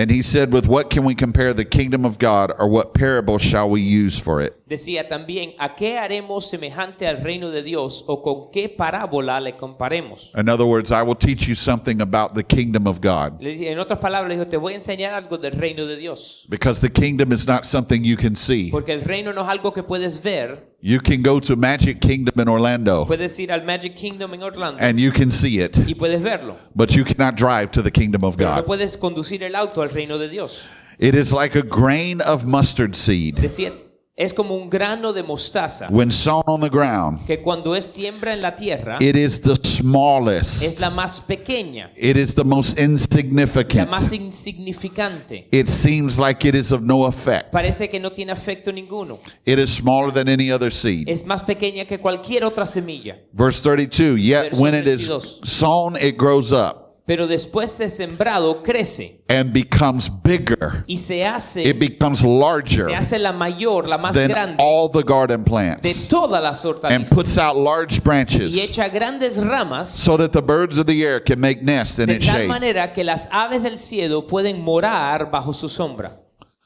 [SPEAKER 1] And he said, With what can we compare the kingdom of God, or what parable shall we use for it?
[SPEAKER 2] Decía también, ¿a qué haremos semejante al reino de Dios o con qué parábola le comparemos?
[SPEAKER 1] In other words, I will teach you something about the kingdom of God.
[SPEAKER 2] Le dije- En otras palabras, le dijo, te voy a enseñar algo del reino de Dios.
[SPEAKER 1] Because the kingdom is not something you can see.
[SPEAKER 2] Porque el reino no es algo que puedes ver.
[SPEAKER 1] You can go to Magic Kingdom in Orlando
[SPEAKER 2] Puedes ir al Magic Kingdom en Orlando
[SPEAKER 1] and you can see it,
[SPEAKER 2] y puedes verlo.
[SPEAKER 1] but you cannot drive to the kingdom of
[SPEAKER 2] Pero no
[SPEAKER 1] God.
[SPEAKER 2] puedes conducir el auto al reino de Dios.
[SPEAKER 1] It is like a grain of mustard seed
[SPEAKER 2] Decía, es como un grano de mostaza
[SPEAKER 1] when sown on the ground.
[SPEAKER 2] que cuando es siembra en la tierra
[SPEAKER 1] It is the
[SPEAKER 2] es
[SPEAKER 1] smallest,
[SPEAKER 2] la más pequeña,
[SPEAKER 1] it is the most
[SPEAKER 2] la más
[SPEAKER 1] insignificant.
[SPEAKER 2] insignificante.
[SPEAKER 1] It seems like it is of no effect.
[SPEAKER 2] Parece que no tiene afecto ninguno.
[SPEAKER 1] It is smaller than any other seed.
[SPEAKER 2] Es más pequeña que cualquier otra semilla.
[SPEAKER 1] Verse 32 Yet
[SPEAKER 2] Verso
[SPEAKER 1] when it is
[SPEAKER 2] 32.
[SPEAKER 1] sown, it grows up
[SPEAKER 2] Pero después de sembrado crece
[SPEAKER 1] and becomes bigger.
[SPEAKER 2] y se
[SPEAKER 1] It
[SPEAKER 2] hace,
[SPEAKER 1] becomes
[SPEAKER 2] se
[SPEAKER 1] larger
[SPEAKER 2] hace la mayor, la más
[SPEAKER 1] than
[SPEAKER 2] grande
[SPEAKER 1] all the garden
[SPEAKER 2] de
[SPEAKER 1] plants
[SPEAKER 2] todas las
[SPEAKER 1] and
[SPEAKER 2] hortalizas.
[SPEAKER 1] puts out large
[SPEAKER 2] y
[SPEAKER 1] branches
[SPEAKER 2] echa grandes ramas
[SPEAKER 1] so that the birds of the air can make nests in
[SPEAKER 2] de
[SPEAKER 1] its
[SPEAKER 2] tal
[SPEAKER 1] shade.
[SPEAKER 2] manera que las aves del cielo pueden morar bajo su sombra.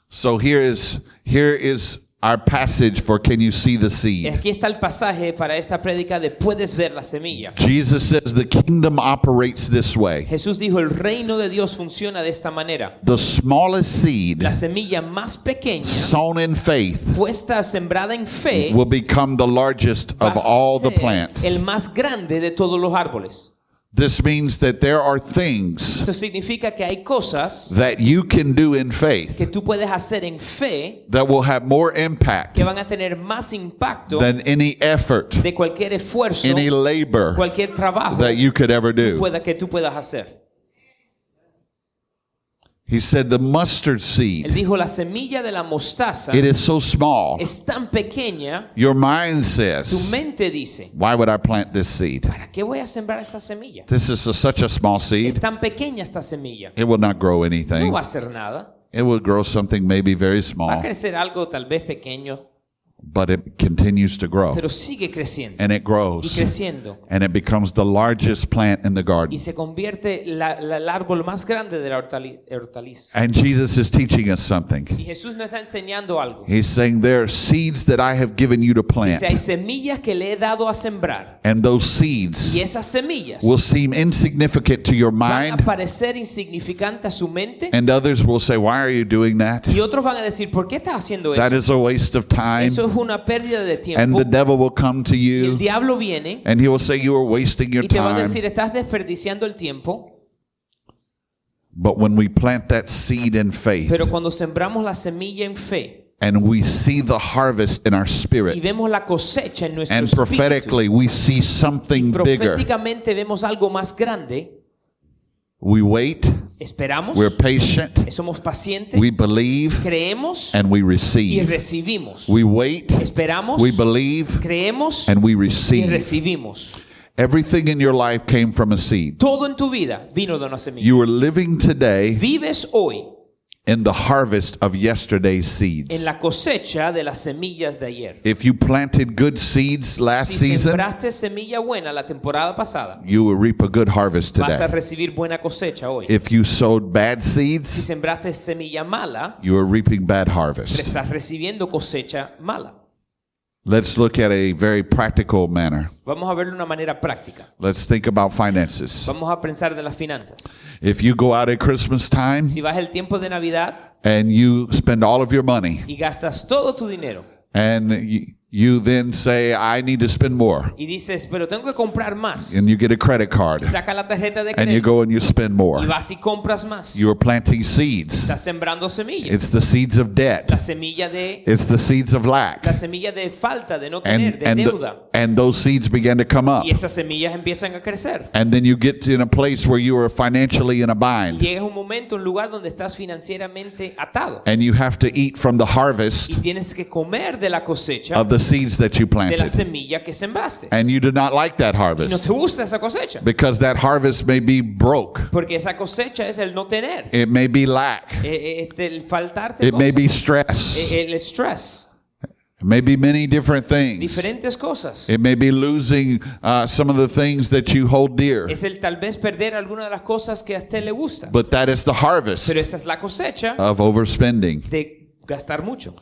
[SPEAKER 1] So here is here is our passage for can you see the
[SPEAKER 2] Y
[SPEAKER 1] seed?
[SPEAKER 2] aquí está el pasaje para esta prédica de puedes ver la semilla.
[SPEAKER 1] Jesus says the kingdom operates this way.
[SPEAKER 2] Jesús dijo, el reino de Dios funciona de esta manera.
[SPEAKER 1] The smallest seed
[SPEAKER 2] La semilla más pequeña,
[SPEAKER 1] sown in faith
[SPEAKER 2] puesta, sembrada en fe,
[SPEAKER 1] will become the largest
[SPEAKER 2] va a
[SPEAKER 1] of all the
[SPEAKER 2] ser
[SPEAKER 1] plants.
[SPEAKER 2] el más grande de todos los árboles.
[SPEAKER 1] This means that there are things
[SPEAKER 2] Eso significa que hay cosas
[SPEAKER 1] that you can do in faith
[SPEAKER 2] que tú puedes hacer en fe
[SPEAKER 1] that will have more impact
[SPEAKER 2] que van a tener más impacto
[SPEAKER 1] than any effort,
[SPEAKER 2] de cualquier esfuerzo,
[SPEAKER 1] any labor
[SPEAKER 2] cualquier trabajo
[SPEAKER 1] that you could ever do.
[SPEAKER 2] pueda, que tú puedas hacer.
[SPEAKER 1] He said, The mustard
[SPEAKER 2] Él
[SPEAKER 1] seed,
[SPEAKER 2] dijo, la semilla de la mostaza
[SPEAKER 1] it is so small.
[SPEAKER 2] es tan pequeña,
[SPEAKER 1] Your mind
[SPEAKER 2] tu
[SPEAKER 1] says,
[SPEAKER 2] mente dice,
[SPEAKER 1] Why would I plant this seed?
[SPEAKER 2] ¿para qué voy a sembrar esta semilla?
[SPEAKER 1] This is a- such a small
[SPEAKER 2] Es
[SPEAKER 1] seed.
[SPEAKER 2] tan pequeña esta semilla,
[SPEAKER 1] It will not grow
[SPEAKER 2] no
[SPEAKER 1] anything.
[SPEAKER 2] va a hacer nada.
[SPEAKER 1] It will grow something maybe very
[SPEAKER 2] Va a
[SPEAKER 1] small,
[SPEAKER 2] crecer algo tal vez pequeño,
[SPEAKER 1] but it continues to grow.
[SPEAKER 2] pero sigue creciendo
[SPEAKER 1] And it
[SPEAKER 2] y
[SPEAKER 1] grows.
[SPEAKER 2] creciendo
[SPEAKER 1] And it becomes the largest plant in the
[SPEAKER 2] y
[SPEAKER 1] garden.
[SPEAKER 2] se convierte la- la- el árbol más grande de la hortali- hortaliza.
[SPEAKER 1] And Jesus is teaching us something.
[SPEAKER 2] Y Jesús nos está enseñando algo.
[SPEAKER 1] He's saying, There are seeds that I have given you to
[SPEAKER 2] Dice, hay
[SPEAKER 1] plant.
[SPEAKER 2] semillas que le he dado a sembrar
[SPEAKER 1] And those seeds
[SPEAKER 2] y esas semillas
[SPEAKER 1] will seem insignificant to your
[SPEAKER 2] van a
[SPEAKER 1] mind.
[SPEAKER 2] parecer insignificantes a su mente
[SPEAKER 1] And others will say, Why are you doing that?
[SPEAKER 2] y otros van a decir, ¿por qué estás haciendo
[SPEAKER 1] That
[SPEAKER 2] eso?
[SPEAKER 1] is a waste of time.
[SPEAKER 2] Eso es una pérdida de
[SPEAKER 1] And
[SPEAKER 2] tiempo.
[SPEAKER 1] the devil will come to
[SPEAKER 2] Y el
[SPEAKER 1] you
[SPEAKER 2] diablo viene
[SPEAKER 1] and he will say, You are wasting your
[SPEAKER 2] y te va a
[SPEAKER 1] time.
[SPEAKER 2] decir, estás desperdiciando el tiempo,
[SPEAKER 1] But when we plant that seed in faith
[SPEAKER 2] pero cuando sembramos la semilla en fe
[SPEAKER 1] and we see the harvest in our
[SPEAKER 2] y
[SPEAKER 1] spirit,
[SPEAKER 2] vemos la cosecha en nuestro
[SPEAKER 1] and
[SPEAKER 2] espíritu,
[SPEAKER 1] prophetically we see something bigger,
[SPEAKER 2] proféticamente vemos algo más grande,
[SPEAKER 1] we wait,
[SPEAKER 2] esperamos,
[SPEAKER 1] we're patient,
[SPEAKER 2] somos pacientes,
[SPEAKER 1] we believe,
[SPEAKER 2] creemos
[SPEAKER 1] and we
[SPEAKER 2] y
[SPEAKER 1] receive.
[SPEAKER 2] recibimos.
[SPEAKER 1] We wait,
[SPEAKER 2] Esperamos,
[SPEAKER 1] we believe,
[SPEAKER 2] creemos
[SPEAKER 1] and we
[SPEAKER 2] y
[SPEAKER 1] receive.
[SPEAKER 2] recibimos.
[SPEAKER 1] Everything in your life came from a seed.
[SPEAKER 2] Todo en tu vida vino de una semilla.
[SPEAKER 1] You are living today
[SPEAKER 2] Vives hoy
[SPEAKER 1] in the harvest of yesterday's
[SPEAKER 2] en
[SPEAKER 1] seeds.
[SPEAKER 2] la cosecha de las semillas de ayer.
[SPEAKER 1] If you planted good seeds last
[SPEAKER 2] si
[SPEAKER 1] season,
[SPEAKER 2] sembraste semilla buena la temporada pasada,
[SPEAKER 1] you will reap a good harvest
[SPEAKER 2] vas a
[SPEAKER 1] today.
[SPEAKER 2] recibir buena cosecha hoy.
[SPEAKER 1] If you sowed bad
[SPEAKER 2] si
[SPEAKER 1] seeds,
[SPEAKER 2] sembraste semilla mala,
[SPEAKER 1] you are reaping bad harvest.
[SPEAKER 2] estás recibiendo cosecha mala.
[SPEAKER 1] Let's look at a very practical manner.
[SPEAKER 2] Vamos a verlo de una manera práctica.
[SPEAKER 1] Let's think about finances.
[SPEAKER 2] Vamos a pensar de las finanzas.
[SPEAKER 1] If you go out at Christmas time
[SPEAKER 2] Si vas el tiempo de Navidad
[SPEAKER 1] and you spend all of your money
[SPEAKER 2] y gastas todo tu dinero
[SPEAKER 1] and y- you then say, I need to spend more,
[SPEAKER 2] y dices, pero tengo que comprar más,
[SPEAKER 1] and you get a credit card
[SPEAKER 2] saca la tarjeta de
[SPEAKER 1] and you
[SPEAKER 2] crédito
[SPEAKER 1] go and you spend
[SPEAKER 2] y
[SPEAKER 1] more,
[SPEAKER 2] vas y compras más.
[SPEAKER 1] you are planting seeds.
[SPEAKER 2] Estás sembrando semillas.
[SPEAKER 1] It's the seeds of
[SPEAKER 2] La
[SPEAKER 1] debt,
[SPEAKER 2] semilla de
[SPEAKER 1] it's the seeds of lack.
[SPEAKER 2] la semilla de falta, de no tener,
[SPEAKER 1] And,
[SPEAKER 2] de
[SPEAKER 1] and, Ah.
[SPEAKER 2] deuda.
[SPEAKER 1] and those seeds begin to come up.
[SPEAKER 2] Y esas semillas empiezan a crecer.
[SPEAKER 1] And then you get in a place where you are financially in a
[SPEAKER 2] Y
[SPEAKER 1] bind
[SPEAKER 2] llegas a un momento, un lugar donde estás financieramente atado
[SPEAKER 1] and you have to eat from the
[SPEAKER 2] y
[SPEAKER 1] harvest
[SPEAKER 2] tienes que comer de la cosecha
[SPEAKER 1] of the seeds that you
[SPEAKER 2] de la
[SPEAKER 1] planted.
[SPEAKER 2] semilla que sembraste.
[SPEAKER 1] And you do not like that
[SPEAKER 2] Y no
[SPEAKER 1] harvest
[SPEAKER 2] te gusta esa cosecha,
[SPEAKER 1] because that harvest may be broke,
[SPEAKER 2] porque esa cosecha es el no tener, eh,
[SPEAKER 1] it may be lack,
[SPEAKER 2] eh, este, el faltarte
[SPEAKER 1] it may
[SPEAKER 2] cosas,
[SPEAKER 1] be stress,
[SPEAKER 2] eh, el stress,
[SPEAKER 1] it may be many different things.
[SPEAKER 2] diferentes cosas.
[SPEAKER 1] It may be losing uh, some of the things that you hold dear.
[SPEAKER 2] Es el tal vez perder alguna de las cosas que a usted le gusta,
[SPEAKER 1] But Ah. that is the harvest
[SPEAKER 2] pero esa es la cosecha
[SPEAKER 1] of overspending.
[SPEAKER 2] de gastar mucho.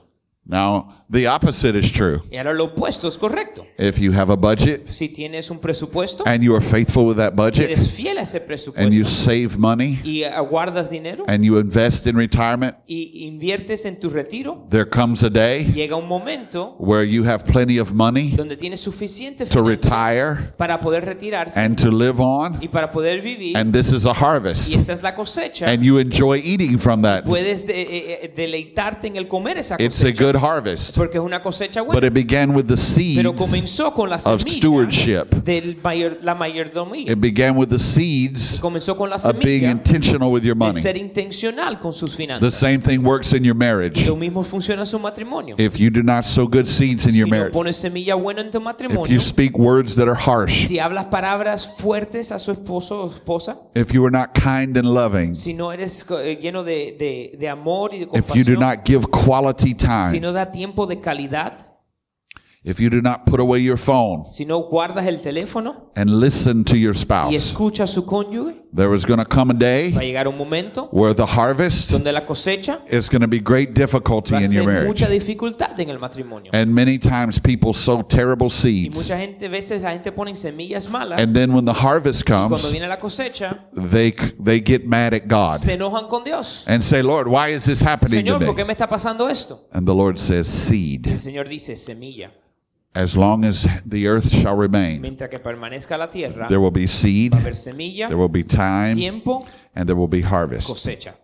[SPEAKER 1] Now, the opposite is true.
[SPEAKER 2] Y ahora lo opuesto es correcto.
[SPEAKER 1] If you have a budget
[SPEAKER 2] Si tienes un presupuesto,
[SPEAKER 1] and you are faithful with that budget
[SPEAKER 2] eres fiel a ese
[SPEAKER 1] and you
[SPEAKER 2] presupuesto
[SPEAKER 1] save money,
[SPEAKER 2] y aguardas dinero
[SPEAKER 1] and you invest in retirement,
[SPEAKER 2] y inviertes en tu retiro,
[SPEAKER 1] there comes a day
[SPEAKER 2] llega un momento
[SPEAKER 1] where you have plenty of money
[SPEAKER 2] donde tienes suficiente
[SPEAKER 1] to
[SPEAKER 2] finanzas
[SPEAKER 1] retire
[SPEAKER 2] para poder retirarse
[SPEAKER 1] and to live on,
[SPEAKER 2] y para poder vivir
[SPEAKER 1] and this is a
[SPEAKER 2] y
[SPEAKER 1] harvest,
[SPEAKER 2] esa es la cosecha
[SPEAKER 1] and you enjoy eating from that.
[SPEAKER 2] puedes eh, eh, eh, deleitarte en el comer esa
[SPEAKER 1] It's a
[SPEAKER 2] cosecha
[SPEAKER 1] good harvest,
[SPEAKER 2] porque es una cosecha
[SPEAKER 1] but
[SPEAKER 2] buena
[SPEAKER 1] it began with the
[SPEAKER 2] pero
[SPEAKER 1] seeds
[SPEAKER 2] comenzó con la
[SPEAKER 1] of
[SPEAKER 2] semilla
[SPEAKER 1] stewardship.
[SPEAKER 2] de la mayordomía
[SPEAKER 1] It began with the seeds
[SPEAKER 2] comenzó con la
[SPEAKER 1] of being
[SPEAKER 2] semilla
[SPEAKER 1] intentional with your
[SPEAKER 2] de
[SPEAKER 1] money.
[SPEAKER 2] ser intencional con sus
[SPEAKER 1] The
[SPEAKER 2] finanzas
[SPEAKER 1] same thing works in your
[SPEAKER 2] y
[SPEAKER 1] marriage.
[SPEAKER 2] lo mismo funciona en su matrimonio
[SPEAKER 1] If you do not sow good seeds in
[SPEAKER 2] si
[SPEAKER 1] your
[SPEAKER 2] no
[SPEAKER 1] marriage,
[SPEAKER 2] pones semilla buena en tu
[SPEAKER 1] if you
[SPEAKER 2] matrimonio
[SPEAKER 1] speak words that are harsh,
[SPEAKER 2] si hablas palabras fuertes a su esposo o esposa
[SPEAKER 1] if you are not kind and loving,
[SPEAKER 2] si no eres eh, lleno de, de- de amor y de
[SPEAKER 1] if you do
[SPEAKER 2] compasión
[SPEAKER 1] not give quality time,
[SPEAKER 2] si no da tiempo de calidad
[SPEAKER 1] If you do not put away your phone
[SPEAKER 2] si no guardas el teléfono
[SPEAKER 1] and listen to your
[SPEAKER 2] y
[SPEAKER 1] spouse,
[SPEAKER 2] escucha a su cónyuge,
[SPEAKER 1] there is going to come a
[SPEAKER 2] va
[SPEAKER 1] day
[SPEAKER 2] a llegar un momento
[SPEAKER 1] where the harvest
[SPEAKER 2] donde la cosecha
[SPEAKER 1] is going to be great difficulty
[SPEAKER 2] va a
[SPEAKER 1] in your
[SPEAKER 2] ser
[SPEAKER 1] marriage.
[SPEAKER 2] mucha dificultad en el matrimonio.
[SPEAKER 1] And many times people sow terrible
[SPEAKER 2] Y
[SPEAKER 1] seeds.
[SPEAKER 2] mucha gente, a veces la gente pone semillas malas.
[SPEAKER 1] And then when the harvest
[SPEAKER 2] Cuando
[SPEAKER 1] comes,
[SPEAKER 2] viene la cosecha,
[SPEAKER 1] they, they get mad at God
[SPEAKER 2] se enojan con Dios.
[SPEAKER 1] and say, Lord, why is this happening
[SPEAKER 2] Señor,
[SPEAKER 1] to
[SPEAKER 2] ¿por qué
[SPEAKER 1] me?
[SPEAKER 2] me está pasando esto?
[SPEAKER 1] And the Lord says,
[SPEAKER 2] Y
[SPEAKER 1] Seed,
[SPEAKER 2] el Señor dice, semilla.
[SPEAKER 1] as long as the earth shall remain,
[SPEAKER 2] Mientras que permanezca la tierra,
[SPEAKER 1] there
[SPEAKER 2] va
[SPEAKER 1] will be seed,
[SPEAKER 2] a haber semilla,
[SPEAKER 1] there will be time,
[SPEAKER 2] tiempo,
[SPEAKER 1] and there will be harvest.
[SPEAKER 2] cosecha.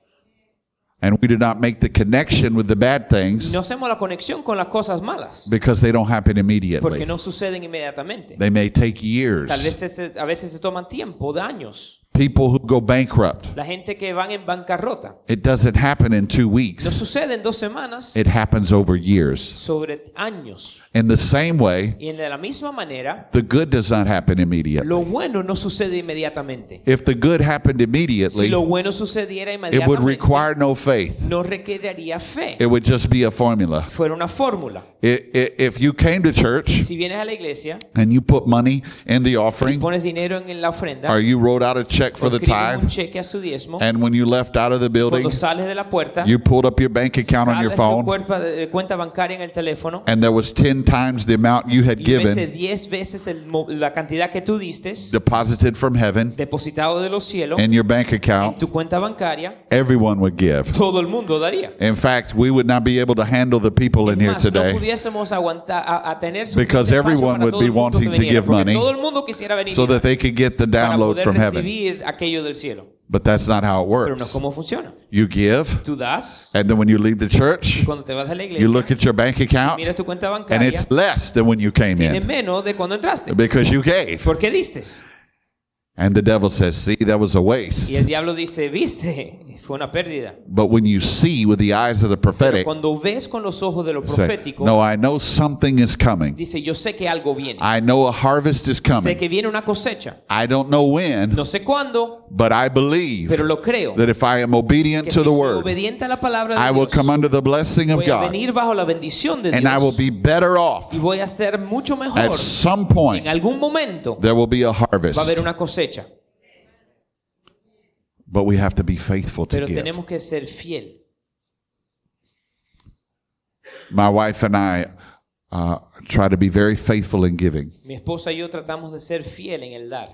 [SPEAKER 1] And we do not make the connection with the bad
[SPEAKER 2] Y
[SPEAKER 1] things
[SPEAKER 2] No hacemos la conexión con las cosas malas,
[SPEAKER 1] because they don't happen immediately.
[SPEAKER 2] porque no suceden inmediatamente.
[SPEAKER 1] They may take
[SPEAKER 2] Tal
[SPEAKER 1] years,
[SPEAKER 2] vez ese- a veces se toman tiempo, de años,
[SPEAKER 1] people who go bankrupt.
[SPEAKER 2] La gente que van en bancarrota.
[SPEAKER 1] It doesn't happen in two
[SPEAKER 2] No
[SPEAKER 1] weeks.
[SPEAKER 2] sucede en dos semanas,
[SPEAKER 1] It happens over years.
[SPEAKER 2] sobre años.
[SPEAKER 1] In the same way,
[SPEAKER 2] Y de la misma manera,
[SPEAKER 1] the good does not happen immediately.
[SPEAKER 2] lo bueno no sucede inmediatamente.
[SPEAKER 1] If the good happened
[SPEAKER 2] Si
[SPEAKER 1] immediately,
[SPEAKER 2] lo bueno sucediera
[SPEAKER 1] it would
[SPEAKER 2] inmediatamente,
[SPEAKER 1] require no faith.
[SPEAKER 2] no requeriría fe.
[SPEAKER 1] It would just be a formula.
[SPEAKER 2] Fuera una fórmula.
[SPEAKER 1] I- i- If you came to church
[SPEAKER 2] Si vienes a la iglesia,
[SPEAKER 1] and you put money in the
[SPEAKER 2] y
[SPEAKER 1] offering,
[SPEAKER 2] pones dinero en la ofrenda,
[SPEAKER 1] or you wrote out a check for the
[SPEAKER 2] escribes un
[SPEAKER 1] tithe,
[SPEAKER 2] cheque a su diezmo,
[SPEAKER 1] and when you left out of the building,
[SPEAKER 2] cuando sales de la puerta,
[SPEAKER 1] you pulled up your bank account on your
[SPEAKER 2] sales tu
[SPEAKER 1] phone,
[SPEAKER 2] cuerpa- eh, cuenta bancaria en el teléfono
[SPEAKER 1] and there was 10 times the amount you had
[SPEAKER 2] y ves
[SPEAKER 1] given
[SPEAKER 2] 10 veces el mo- la cantidad que tú diste,
[SPEAKER 1] deposited from heaven
[SPEAKER 2] depositado de los cielos,
[SPEAKER 1] in your bank
[SPEAKER 2] en
[SPEAKER 1] account,
[SPEAKER 2] tu cuenta bancaria,
[SPEAKER 1] everyone would give.
[SPEAKER 2] todo el mundo daría.
[SPEAKER 1] In fact, we would not be able to handle the people in here
[SPEAKER 2] Más, no
[SPEAKER 1] today.
[SPEAKER 2] pudiésemos aguantar a, a tener su
[SPEAKER 1] Because
[SPEAKER 2] espacio
[SPEAKER 1] everyone
[SPEAKER 2] para
[SPEAKER 1] would
[SPEAKER 2] todo
[SPEAKER 1] be
[SPEAKER 2] el mundo
[SPEAKER 1] wanting
[SPEAKER 2] que
[SPEAKER 1] to
[SPEAKER 2] viniera,
[SPEAKER 1] give
[SPEAKER 2] porque
[SPEAKER 1] money
[SPEAKER 2] todo el mundo quisiera venir
[SPEAKER 1] so that they could get the
[SPEAKER 2] para
[SPEAKER 1] download
[SPEAKER 2] poder
[SPEAKER 1] from heaven.
[SPEAKER 2] recibir aquello del cielo
[SPEAKER 1] But that's not how it
[SPEAKER 2] pero no es
[SPEAKER 1] works.
[SPEAKER 2] como funciona
[SPEAKER 1] You give,
[SPEAKER 2] tú das
[SPEAKER 1] and then when you leave the church,
[SPEAKER 2] cuando te vas de la iglesia
[SPEAKER 1] you look at your bank account,
[SPEAKER 2] miras tu cuenta
[SPEAKER 1] and
[SPEAKER 2] bancaria
[SPEAKER 1] it's less than when you came
[SPEAKER 2] tiene
[SPEAKER 1] in
[SPEAKER 2] menos de cuando entraste
[SPEAKER 1] because you gave.
[SPEAKER 2] porque diste
[SPEAKER 1] And the devil says, See, that was a
[SPEAKER 2] y el
[SPEAKER 1] waste.
[SPEAKER 2] diablo dice viste [laughs] fue una pérdida
[SPEAKER 1] But when you see with the eyes of the prophetic,
[SPEAKER 2] cuando ves con los ojos de lo
[SPEAKER 1] say,
[SPEAKER 2] profético
[SPEAKER 1] No, I know something is coming.
[SPEAKER 2] dice yo sé que algo viene
[SPEAKER 1] I know a harvest is
[SPEAKER 2] sé
[SPEAKER 1] coming.
[SPEAKER 2] que viene una cosecha
[SPEAKER 1] I don't know when,
[SPEAKER 2] no sé cuándo
[SPEAKER 1] but I believe
[SPEAKER 2] pero lo creo
[SPEAKER 1] that if I am obedient
[SPEAKER 2] que
[SPEAKER 1] to
[SPEAKER 2] si
[SPEAKER 1] the
[SPEAKER 2] soy
[SPEAKER 1] word,
[SPEAKER 2] obediente a la palabra de
[SPEAKER 1] I will
[SPEAKER 2] Dios
[SPEAKER 1] come under the blessing of
[SPEAKER 2] voy a
[SPEAKER 1] God,
[SPEAKER 2] venir bajo la bendición de
[SPEAKER 1] and I will
[SPEAKER 2] Dios
[SPEAKER 1] be better off.
[SPEAKER 2] y voy a ser mucho mejor.
[SPEAKER 1] At some
[SPEAKER 2] En
[SPEAKER 1] point,
[SPEAKER 2] algún momento
[SPEAKER 1] there will be a
[SPEAKER 2] va a haber
[SPEAKER 1] harvest,
[SPEAKER 2] una cosecha,
[SPEAKER 1] but we have to be faithful to
[SPEAKER 2] pero
[SPEAKER 1] give.
[SPEAKER 2] tenemos que ser fiel.
[SPEAKER 1] My wife and I uh, try to be very faithful in giving,
[SPEAKER 2] Mi esposa y yo tratamos de ser fiel en el dar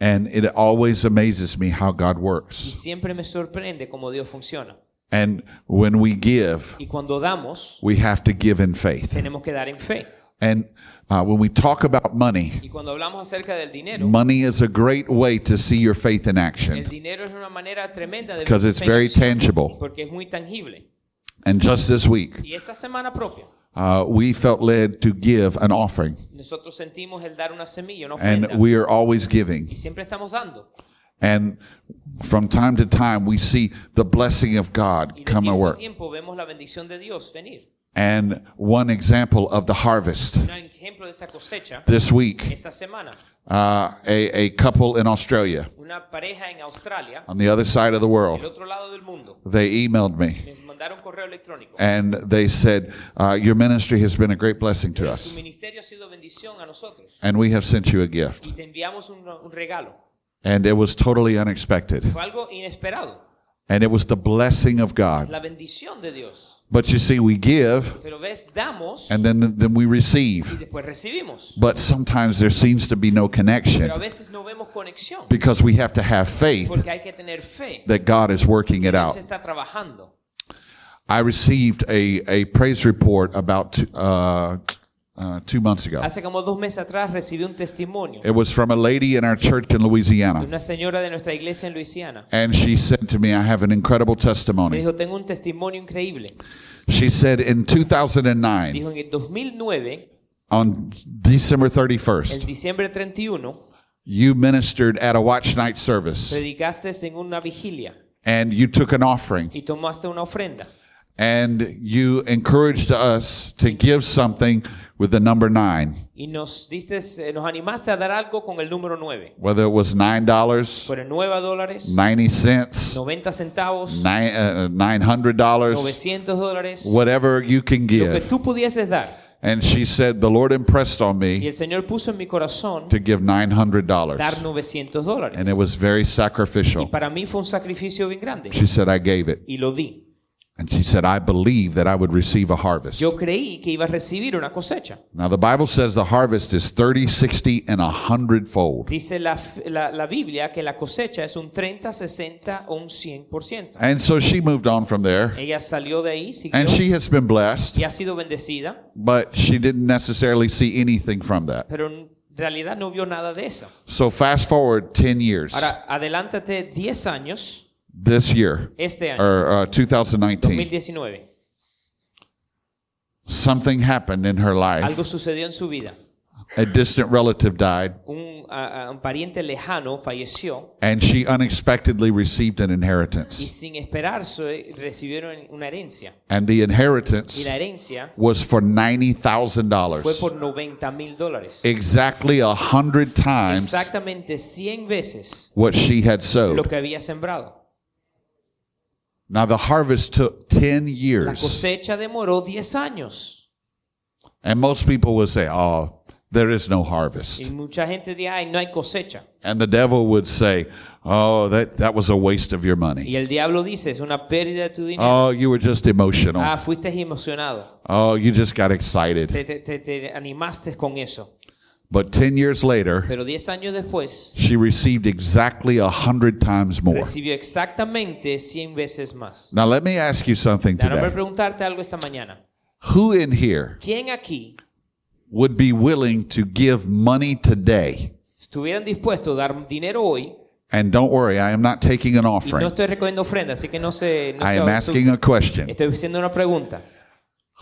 [SPEAKER 1] and it always amazes me how God
[SPEAKER 2] y
[SPEAKER 1] works.
[SPEAKER 2] siempre me sorprende cómo Dios funciona.
[SPEAKER 1] And when we give,
[SPEAKER 2] Y cuando damos,
[SPEAKER 1] we have to give in faith.
[SPEAKER 2] tenemos que dar en fe.
[SPEAKER 1] And uh, when we talk about money,
[SPEAKER 2] Y cuando hablamos acerca del dinero,
[SPEAKER 1] money is a great way to see your faith in
[SPEAKER 2] el
[SPEAKER 1] action
[SPEAKER 2] dinero es una manera tremenda de ver
[SPEAKER 1] because
[SPEAKER 2] tu
[SPEAKER 1] it's
[SPEAKER 2] fe
[SPEAKER 1] very tangible.
[SPEAKER 2] porque es muy tangible.
[SPEAKER 1] And just this week,
[SPEAKER 2] Y esta semana propia
[SPEAKER 1] uh, we felt led to give an offering,
[SPEAKER 2] nosotros sentimos el dar una semilla, una ofrenda,
[SPEAKER 1] and we are always giving.
[SPEAKER 2] y siempre estamos dando.
[SPEAKER 1] And from time to time, we see the blessing of
[SPEAKER 2] Y
[SPEAKER 1] God
[SPEAKER 2] de
[SPEAKER 1] come at
[SPEAKER 2] tiempo a
[SPEAKER 1] work.
[SPEAKER 2] tiempo vemos la bendición de Dios venir.
[SPEAKER 1] And one example of the harvest
[SPEAKER 2] Un ejemplo de esa cosecha
[SPEAKER 1] this week,
[SPEAKER 2] esta semana.
[SPEAKER 1] uh, a, a couple in Australia
[SPEAKER 2] Una pareja en Australia,
[SPEAKER 1] on the other side of the
[SPEAKER 2] del
[SPEAKER 1] world,
[SPEAKER 2] otro lado del mundo,
[SPEAKER 1] they emailed me
[SPEAKER 2] me mandaron correo electrónico.
[SPEAKER 1] and they said, uh, Your ministry has been a great blessing to
[SPEAKER 2] Tu
[SPEAKER 1] us,
[SPEAKER 2] ministerio ha sido bendición a nosotros
[SPEAKER 1] and we have sent you a gift.
[SPEAKER 2] y te enviamos un, un regalo.
[SPEAKER 1] And it was totally unexpected.
[SPEAKER 2] Fue algo inesperado,
[SPEAKER 1] And it was the blessing of
[SPEAKER 2] es
[SPEAKER 1] God.
[SPEAKER 2] la bendición de Dios.
[SPEAKER 1] But you see, we give
[SPEAKER 2] Pero ves, damos
[SPEAKER 1] and then, then we
[SPEAKER 2] y
[SPEAKER 1] receive.
[SPEAKER 2] después recibimos.
[SPEAKER 1] But sometimes there seems to be no connection.
[SPEAKER 2] Pero a veces no vemos conexión
[SPEAKER 1] because we have to have faith
[SPEAKER 2] porque hay que tener fe.
[SPEAKER 1] that God is working it out.
[SPEAKER 2] Dios está trabajando.
[SPEAKER 1] I received a, a praise report about two, uh, uh, two months ago.
[SPEAKER 2] Hace como dos meses atrás recibí un testimonio
[SPEAKER 1] It was from a lady in our church in
[SPEAKER 2] de
[SPEAKER 1] Louisiana.
[SPEAKER 2] una señora de nuestra iglesia en Luisiana.
[SPEAKER 1] And she said to me, I have an incredible
[SPEAKER 2] Me
[SPEAKER 1] testimony.
[SPEAKER 2] dijo, tengo un testimonio increíble.
[SPEAKER 1] She said in 2009,
[SPEAKER 2] Dijo, en el 2009
[SPEAKER 1] on December
[SPEAKER 2] El
[SPEAKER 1] 31st,
[SPEAKER 2] diciembre 31
[SPEAKER 1] you ministered at a watch night service
[SPEAKER 2] predicaste en una vigilia
[SPEAKER 1] and you took an offering
[SPEAKER 2] y tomaste una ofrenda
[SPEAKER 1] and you encouraged us to give something with the number nine,
[SPEAKER 2] y nos diste, eh, nos animaste a dar algo con el número 9.
[SPEAKER 1] whether it was $9.
[SPEAKER 2] Fueron 9 dólares,
[SPEAKER 1] 90 cents,
[SPEAKER 2] 90 centavos,
[SPEAKER 1] nine, uh, $900,
[SPEAKER 2] 900 dólares,
[SPEAKER 1] whatever you can
[SPEAKER 2] lo que
[SPEAKER 1] give.
[SPEAKER 2] tú pudieses dar.
[SPEAKER 1] And she said, The Lord impressed on
[SPEAKER 2] Y
[SPEAKER 1] me
[SPEAKER 2] el Señor puso en mi corazón
[SPEAKER 1] to give
[SPEAKER 2] dar
[SPEAKER 1] $900.
[SPEAKER 2] 900 dólares.
[SPEAKER 1] And it was very
[SPEAKER 2] Y
[SPEAKER 1] sacrificial.
[SPEAKER 2] para mí fue un sacrificio bien grande
[SPEAKER 1] She said, I gave it.
[SPEAKER 2] y lo di.
[SPEAKER 1] And she said, I believe that I would receive a harvest.
[SPEAKER 2] Yo creí que iba a recibir una cosecha.
[SPEAKER 1] Now, the Bible says the harvest is 30, 60, and 100 fold.
[SPEAKER 2] Dice la, la- la Biblia que la cosecha es un 30, 60 o un 100%.
[SPEAKER 1] And so she moved on from there.
[SPEAKER 2] Ella salió de ahí, siguió
[SPEAKER 1] And she has been blessed,
[SPEAKER 2] y ha sido bendecida,
[SPEAKER 1] but she didn't necessarily see anything from that.
[SPEAKER 2] pero en realidad no vio nada de eso.
[SPEAKER 1] So, fast forward 10 years.
[SPEAKER 2] Ahora, adelántate 10 años,
[SPEAKER 1] This year,
[SPEAKER 2] este año,
[SPEAKER 1] or uh, 2019,
[SPEAKER 2] 2019.
[SPEAKER 1] something happened in her life.
[SPEAKER 2] Algo sucedió en su vida.
[SPEAKER 1] A distant relative died,
[SPEAKER 2] Un un, a- a- un pariente lejano falleció
[SPEAKER 1] and she unexpectedly received an
[SPEAKER 2] y
[SPEAKER 1] inheritance.
[SPEAKER 2] sin esperarse recibieron una herencia.
[SPEAKER 1] And the
[SPEAKER 2] Y
[SPEAKER 1] inheritance
[SPEAKER 2] la herencia
[SPEAKER 1] was for
[SPEAKER 2] fue
[SPEAKER 1] $90,000.
[SPEAKER 2] por 90 mil dólares.
[SPEAKER 1] Exactly a hundred times
[SPEAKER 2] Exactamente 100 veces
[SPEAKER 1] what she had
[SPEAKER 2] lo
[SPEAKER 1] sowed.
[SPEAKER 2] que había sembrado.
[SPEAKER 1] Now the harvest took 10
[SPEAKER 2] La
[SPEAKER 1] years.
[SPEAKER 2] cosecha demoró 10 años.
[SPEAKER 1] And most people would say, oh, there is no
[SPEAKER 2] Y
[SPEAKER 1] harvest.
[SPEAKER 2] mucha gente dice, ay, no hay cosecha.
[SPEAKER 1] And the devil would say, oh, that, that was a waste of your money.
[SPEAKER 2] Y el diablo dice, es una pérdida de tu dinero.
[SPEAKER 1] Oh, you were just
[SPEAKER 2] Ah,
[SPEAKER 1] emotional.
[SPEAKER 2] fuiste emocionado.
[SPEAKER 1] Oh, you just got excited.
[SPEAKER 2] Te, te- te- te animaste con eso.
[SPEAKER 1] But 10 years later,
[SPEAKER 2] Pero 10 años después
[SPEAKER 1] she received exactly a hundred times more.
[SPEAKER 2] recibió exactamente 100 veces más.
[SPEAKER 1] Now, let me ask you something
[SPEAKER 2] Déjame
[SPEAKER 1] today.
[SPEAKER 2] preguntarte algo esta mañana.
[SPEAKER 1] Who in here
[SPEAKER 2] ¿Quién aquí
[SPEAKER 1] would be willing to give money today?
[SPEAKER 2] estuvieran dispuestos a dar dinero hoy?
[SPEAKER 1] And don't worry, I am not taking an
[SPEAKER 2] Y no
[SPEAKER 1] offering.
[SPEAKER 2] estoy recogiendo ofrenda, así que no se... No
[SPEAKER 1] I
[SPEAKER 2] se
[SPEAKER 1] am asking a question.
[SPEAKER 2] Estoy haciendo una pregunta.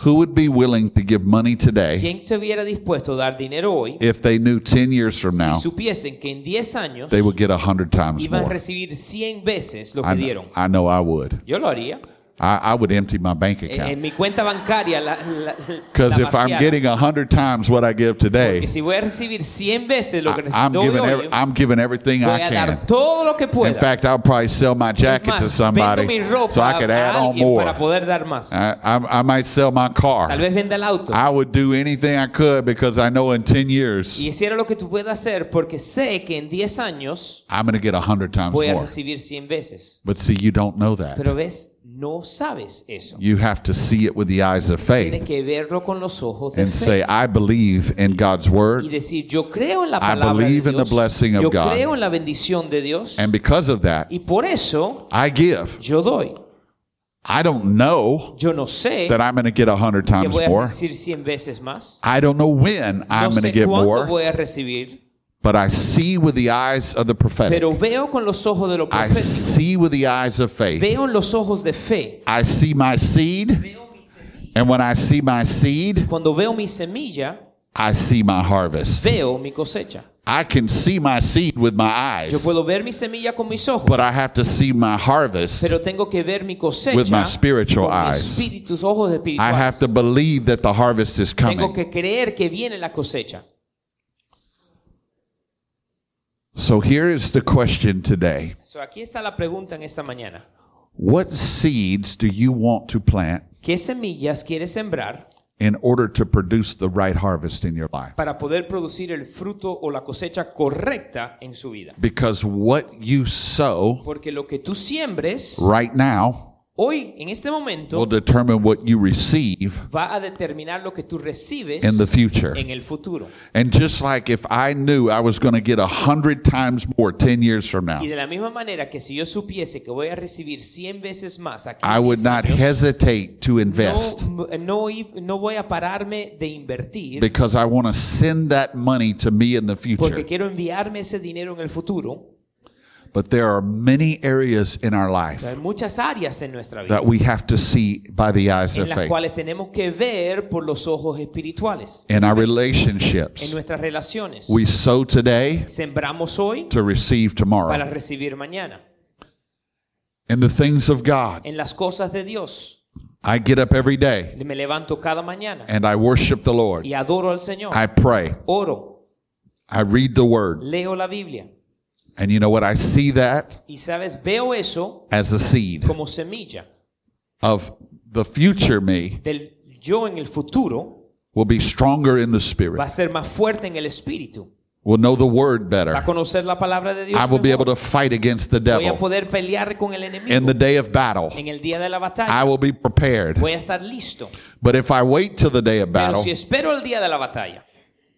[SPEAKER 1] Who would be willing to give money today
[SPEAKER 2] ¿Quién estuviera dispuesto a dar dinero hoy
[SPEAKER 1] if they knew 10 years from
[SPEAKER 2] si
[SPEAKER 1] now
[SPEAKER 2] supiesen que en 10 años
[SPEAKER 1] they would get 100 times
[SPEAKER 2] iban a
[SPEAKER 1] more?
[SPEAKER 2] recibir 100 veces lo que
[SPEAKER 1] I, kn-
[SPEAKER 2] dieron?
[SPEAKER 1] I know I would.
[SPEAKER 2] Yo lo haría.
[SPEAKER 1] I, I would empty my bank
[SPEAKER 2] En, en
[SPEAKER 1] account.
[SPEAKER 2] mi cuenta bancaria la, la, la
[SPEAKER 1] Because if I'm
[SPEAKER 2] vaciara.
[SPEAKER 1] getting 100 times what I give
[SPEAKER 2] Que
[SPEAKER 1] today,
[SPEAKER 2] si voy a recibir 100 veces lo que
[SPEAKER 1] I, am
[SPEAKER 2] recibo
[SPEAKER 1] giving,
[SPEAKER 2] hoy,
[SPEAKER 1] every, I'm giving everything
[SPEAKER 2] voy
[SPEAKER 1] I
[SPEAKER 2] a dar
[SPEAKER 1] can.
[SPEAKER 2] todo lo que
[SPEAKER 1] In
[SPEAKER 2] pueda.
[SPEAKER 1] fact, I'll probably sell my
[SPEAKER 2] Es
[SPEAKER 1] jacket
[SPEAKER 2] más,
[SPEAKER 1] to
[SPEAKER 2] vendo mi
[SPEAKER 1] somebody
[SPEAKER 2] ropa
[SPEAKER 1] so I could
[SPEAKER 2] a
[SPEAKER 1] add on
[SPEAKER 2] alguien para
[SPEAKER 1] more. Ah.
[SPEAKER 2] poder dar más.
[SPEAKER 1] I, I, I might sell my
[SPEAKER 2] Tal
[SPEAKER 1] car.
[SPEAKER 2] vez venda el auto.
[SPEAKER 1] I would do anything I could because I know in 10 years
[SPEAKER 2] y hiciera lo que tú puedas hacer porque sé que en 10 años
[SPEAKER 1] I'm going to get 100 times
[SPEAKER 2] voy a
[SPEAKER 1] more.
[SPEAKER 2] recibir 100 veces.
[SPEAKER 1] But see, you don't know that.
[SPEAKER 2] Pero ves, no sabes eso.
[SPEAKER 1] You have to see it with the eyes of
[SPEAKER 2] Tienes
[SPEAKER 1] faith
[SPEAKER 2] que verlo con los ojos de
[SPEAKER 1] and
[SPEAKER 2] fe
[SPEAKER 1] say, I believe in God's
[SPEAKER 2] y
[SPEAKER 1] word.
[SPEAKER 2] decir, yo creo en la palabra de
[SPEAKER 1] believe in the
[SPEAKER 2] Dios.
[SPEAKER 1] blessing of
[SPEAKER 2] Yo
[SPEAKER 1] God.
[SPEAKER 2] creo en la bendición de Dios
[SPEAKER 1] And because of that,
[SPEAKER 2] y por eso
[SPEAKER 1] I give.
[SPEAKER 2] yo doy.
[SPEAKER 1] I don't know
[SPEAKER 2] Yo no sé
[SPEAKER 1] that I'm going to get 100
[SPEAKER 2] que
[SPEAKER 1] times
[SPEAKER 2] voy a
[SPEAKER 1] more.
[SPEAKER 2] recibir 100 veces más.
[SPEAKER 1] I don't know when I'm
[SPEAKER 2] No
[SPEAKER 1] going to
[SPEAKER 2] sé
[SPEAKER 1] give
[SPEAKER 2] cuándo
[SPEAKER 1] more,
[SPEAKER 2] voy a recibir,
[SPEAKER 1] but I see with the eyes of the prophetic.
[SPEAKER 2] pero veo con los ojos de lo
[SPEAKER 1] I
[SPEAKER 2] profético.
[SPEAKER 1] see with the eyes of faith.
[SPEAKER 2] Veo en los ojos de fe.
[SPEAKER 1] I see my seed. And when I see my seed,
[SPEAKER 2] Cuando veo mi semilla,
[SPEAKER 1] I see my harvest.
[SPEAKER 2] veo mi cosecha.
[SPEAKER 1] I can see my seed with my
[SPEAKER 2] Yo
[SPEAKER 1] eyes,
[SPEAKER 2] puedo ver mi semilla con mis ojos,
[SPEAKER 1] but I have to see my harvest
[SPEAKER 2] pero tengo que ver mi cosecha
[SPEAKER 1] With my spiritual
[SPEAKER 2] con mis
[SPEAKER 1] eyes.
[SPEAKER 2] espíritus, ojos
[SPEAKER 1] I have
[SPEAKER 2] espirituales.
[SPEAKER 1] to believe that the harvest is
[SPEAKER 2] Tengo
[SPEAKER 1] coming.
[SPEAKER 2] que creer que viene la cosecha.
[SPEAKER 1] So here is the question today.
[SPEAKER 2] So, aquí está la pregunta en esta mañana.
[SPEAKER 1] What seeds do you want to plant
[SPEAKER 2] ¿Qué semillas quieres sembrar
[SPEAKER 1] in order to produce the right harvest in your life?
[SPEAKER 2] para poder producir el fruto o la cosecha correcta en su vida?
[SPEAKER 1] Because what you sow
[SPEAKER 2] Porque lo que tú siembres
[SPEAKER 1] right now
[SPEAKER 2] hoy, en este momento,
[SPEAKER 1] will determine what you receive
[SPEAKER 2] va a determinar lo que tú recibes
[SPEAKER 1] in the future.
[SPEAKER 2] en el futuro.
[SPEAKER 1] And just like if I knew I was going to get a hundred times more 10 years from now,
[SPEAKER 2] Y de la misma manera que si yo supiese que voy a recibir 100 veces más aquí,
[SPEAKER 1] I
[SPEAKER 2] en
[SPEAKER 1] would
[SPEAKER 2] 10
[SPEAKER 1] not
[SPEAKER 2] años,
[SPEAKER 1] hesitate to invest
[SPEAKER 2] no, no, i- no voy a pararme de invertir
[SPEAKER 1] because I want to send that money to me in the future.
[SPEAKER 2] porque quiero enviarme ese dinero en el futuro.
[SPEAKER 1] But there are many areas in our life
[SPEAKER 2] Hay muchas áreas en nuestra vida
[SPEAKER 1] that we have to see by the eyes
[SPEAKER 2] en
[SPEAKER 1] of
[SPEAKER 2] las
[SPEAKER 1] faith
[SPEAKER 2] cuales tenemos que ver por los ojos espirituales.
[SPEAKER 1] in our
[SPEAKER 2] En
[SPEAKER 1] relationships.
[SPEAKER 2] nuestras relaciones.
[SPEAKER 1] We sow today
[SPEAKER 2] Sembramos hoy
[SPEAKER 1] to receive
[SPEAKER 2] para
[SPEAKER 1] tomorrow.
[SPEAKER 2] recibir mañana.
[SPEAKER 1] In the things of God,
[SPEAKER 2] En las cosas de Dios.
[SPEAKER 1] I get up every day
[SPEAKER 2] Me levanto cada mañana
[SPEAKER 1] and I worship the Lord.
[SPEAKER 2] y adoro al Señor.
[SPEAKER 1] I pray.
[SPEAKER 2] Oro,
[SPEAKER 1] I read the word.
[SPEAKER 2] leo la Biblia
[SPEAKER 1] And you know what? I see that
[SPEAKER 2] y sabes, veo eso
[SPEAKER 1] as a seed
[SPEAKER 2] como semilla
[SPEAKER 1] of the future me
[SPEAKER 2] del yo en el futuro
[SPEAKER 1] will be stronger in the
[SPEAKER 2] va a
[SPEAKER 1] spirit,
[SPEAKER 2] ser más fuerte en el espíritu,
[SPEAKER 1] will know the word
[SPEAKER 2] va a
[SPEAKER 1] better.
[SPEAKER 2] conocer la palabra de Dios.
[SPEAKER 1] I will be able
[SPEAKER 2] mejor.
[SPEAKER 1] to fight against the
[SPEAKER 2] Voy a
[SPEAKER 1] devil.
[SPEAKER 2] poder pelear con el enemigo
[SPEAKER 1] In the day of battle,
[SPEAKER 2] en el día de la batalla.
[SPEAKER 1] I will be prepared.
[SPEAKER 2] Voy a estar listo.
[SPEAKER 1] But if I wait till the day of
[SPEAKER 2] Pero
[SPEAKER 1] battle,
[SPEAKER 2] si espero el día de la batalla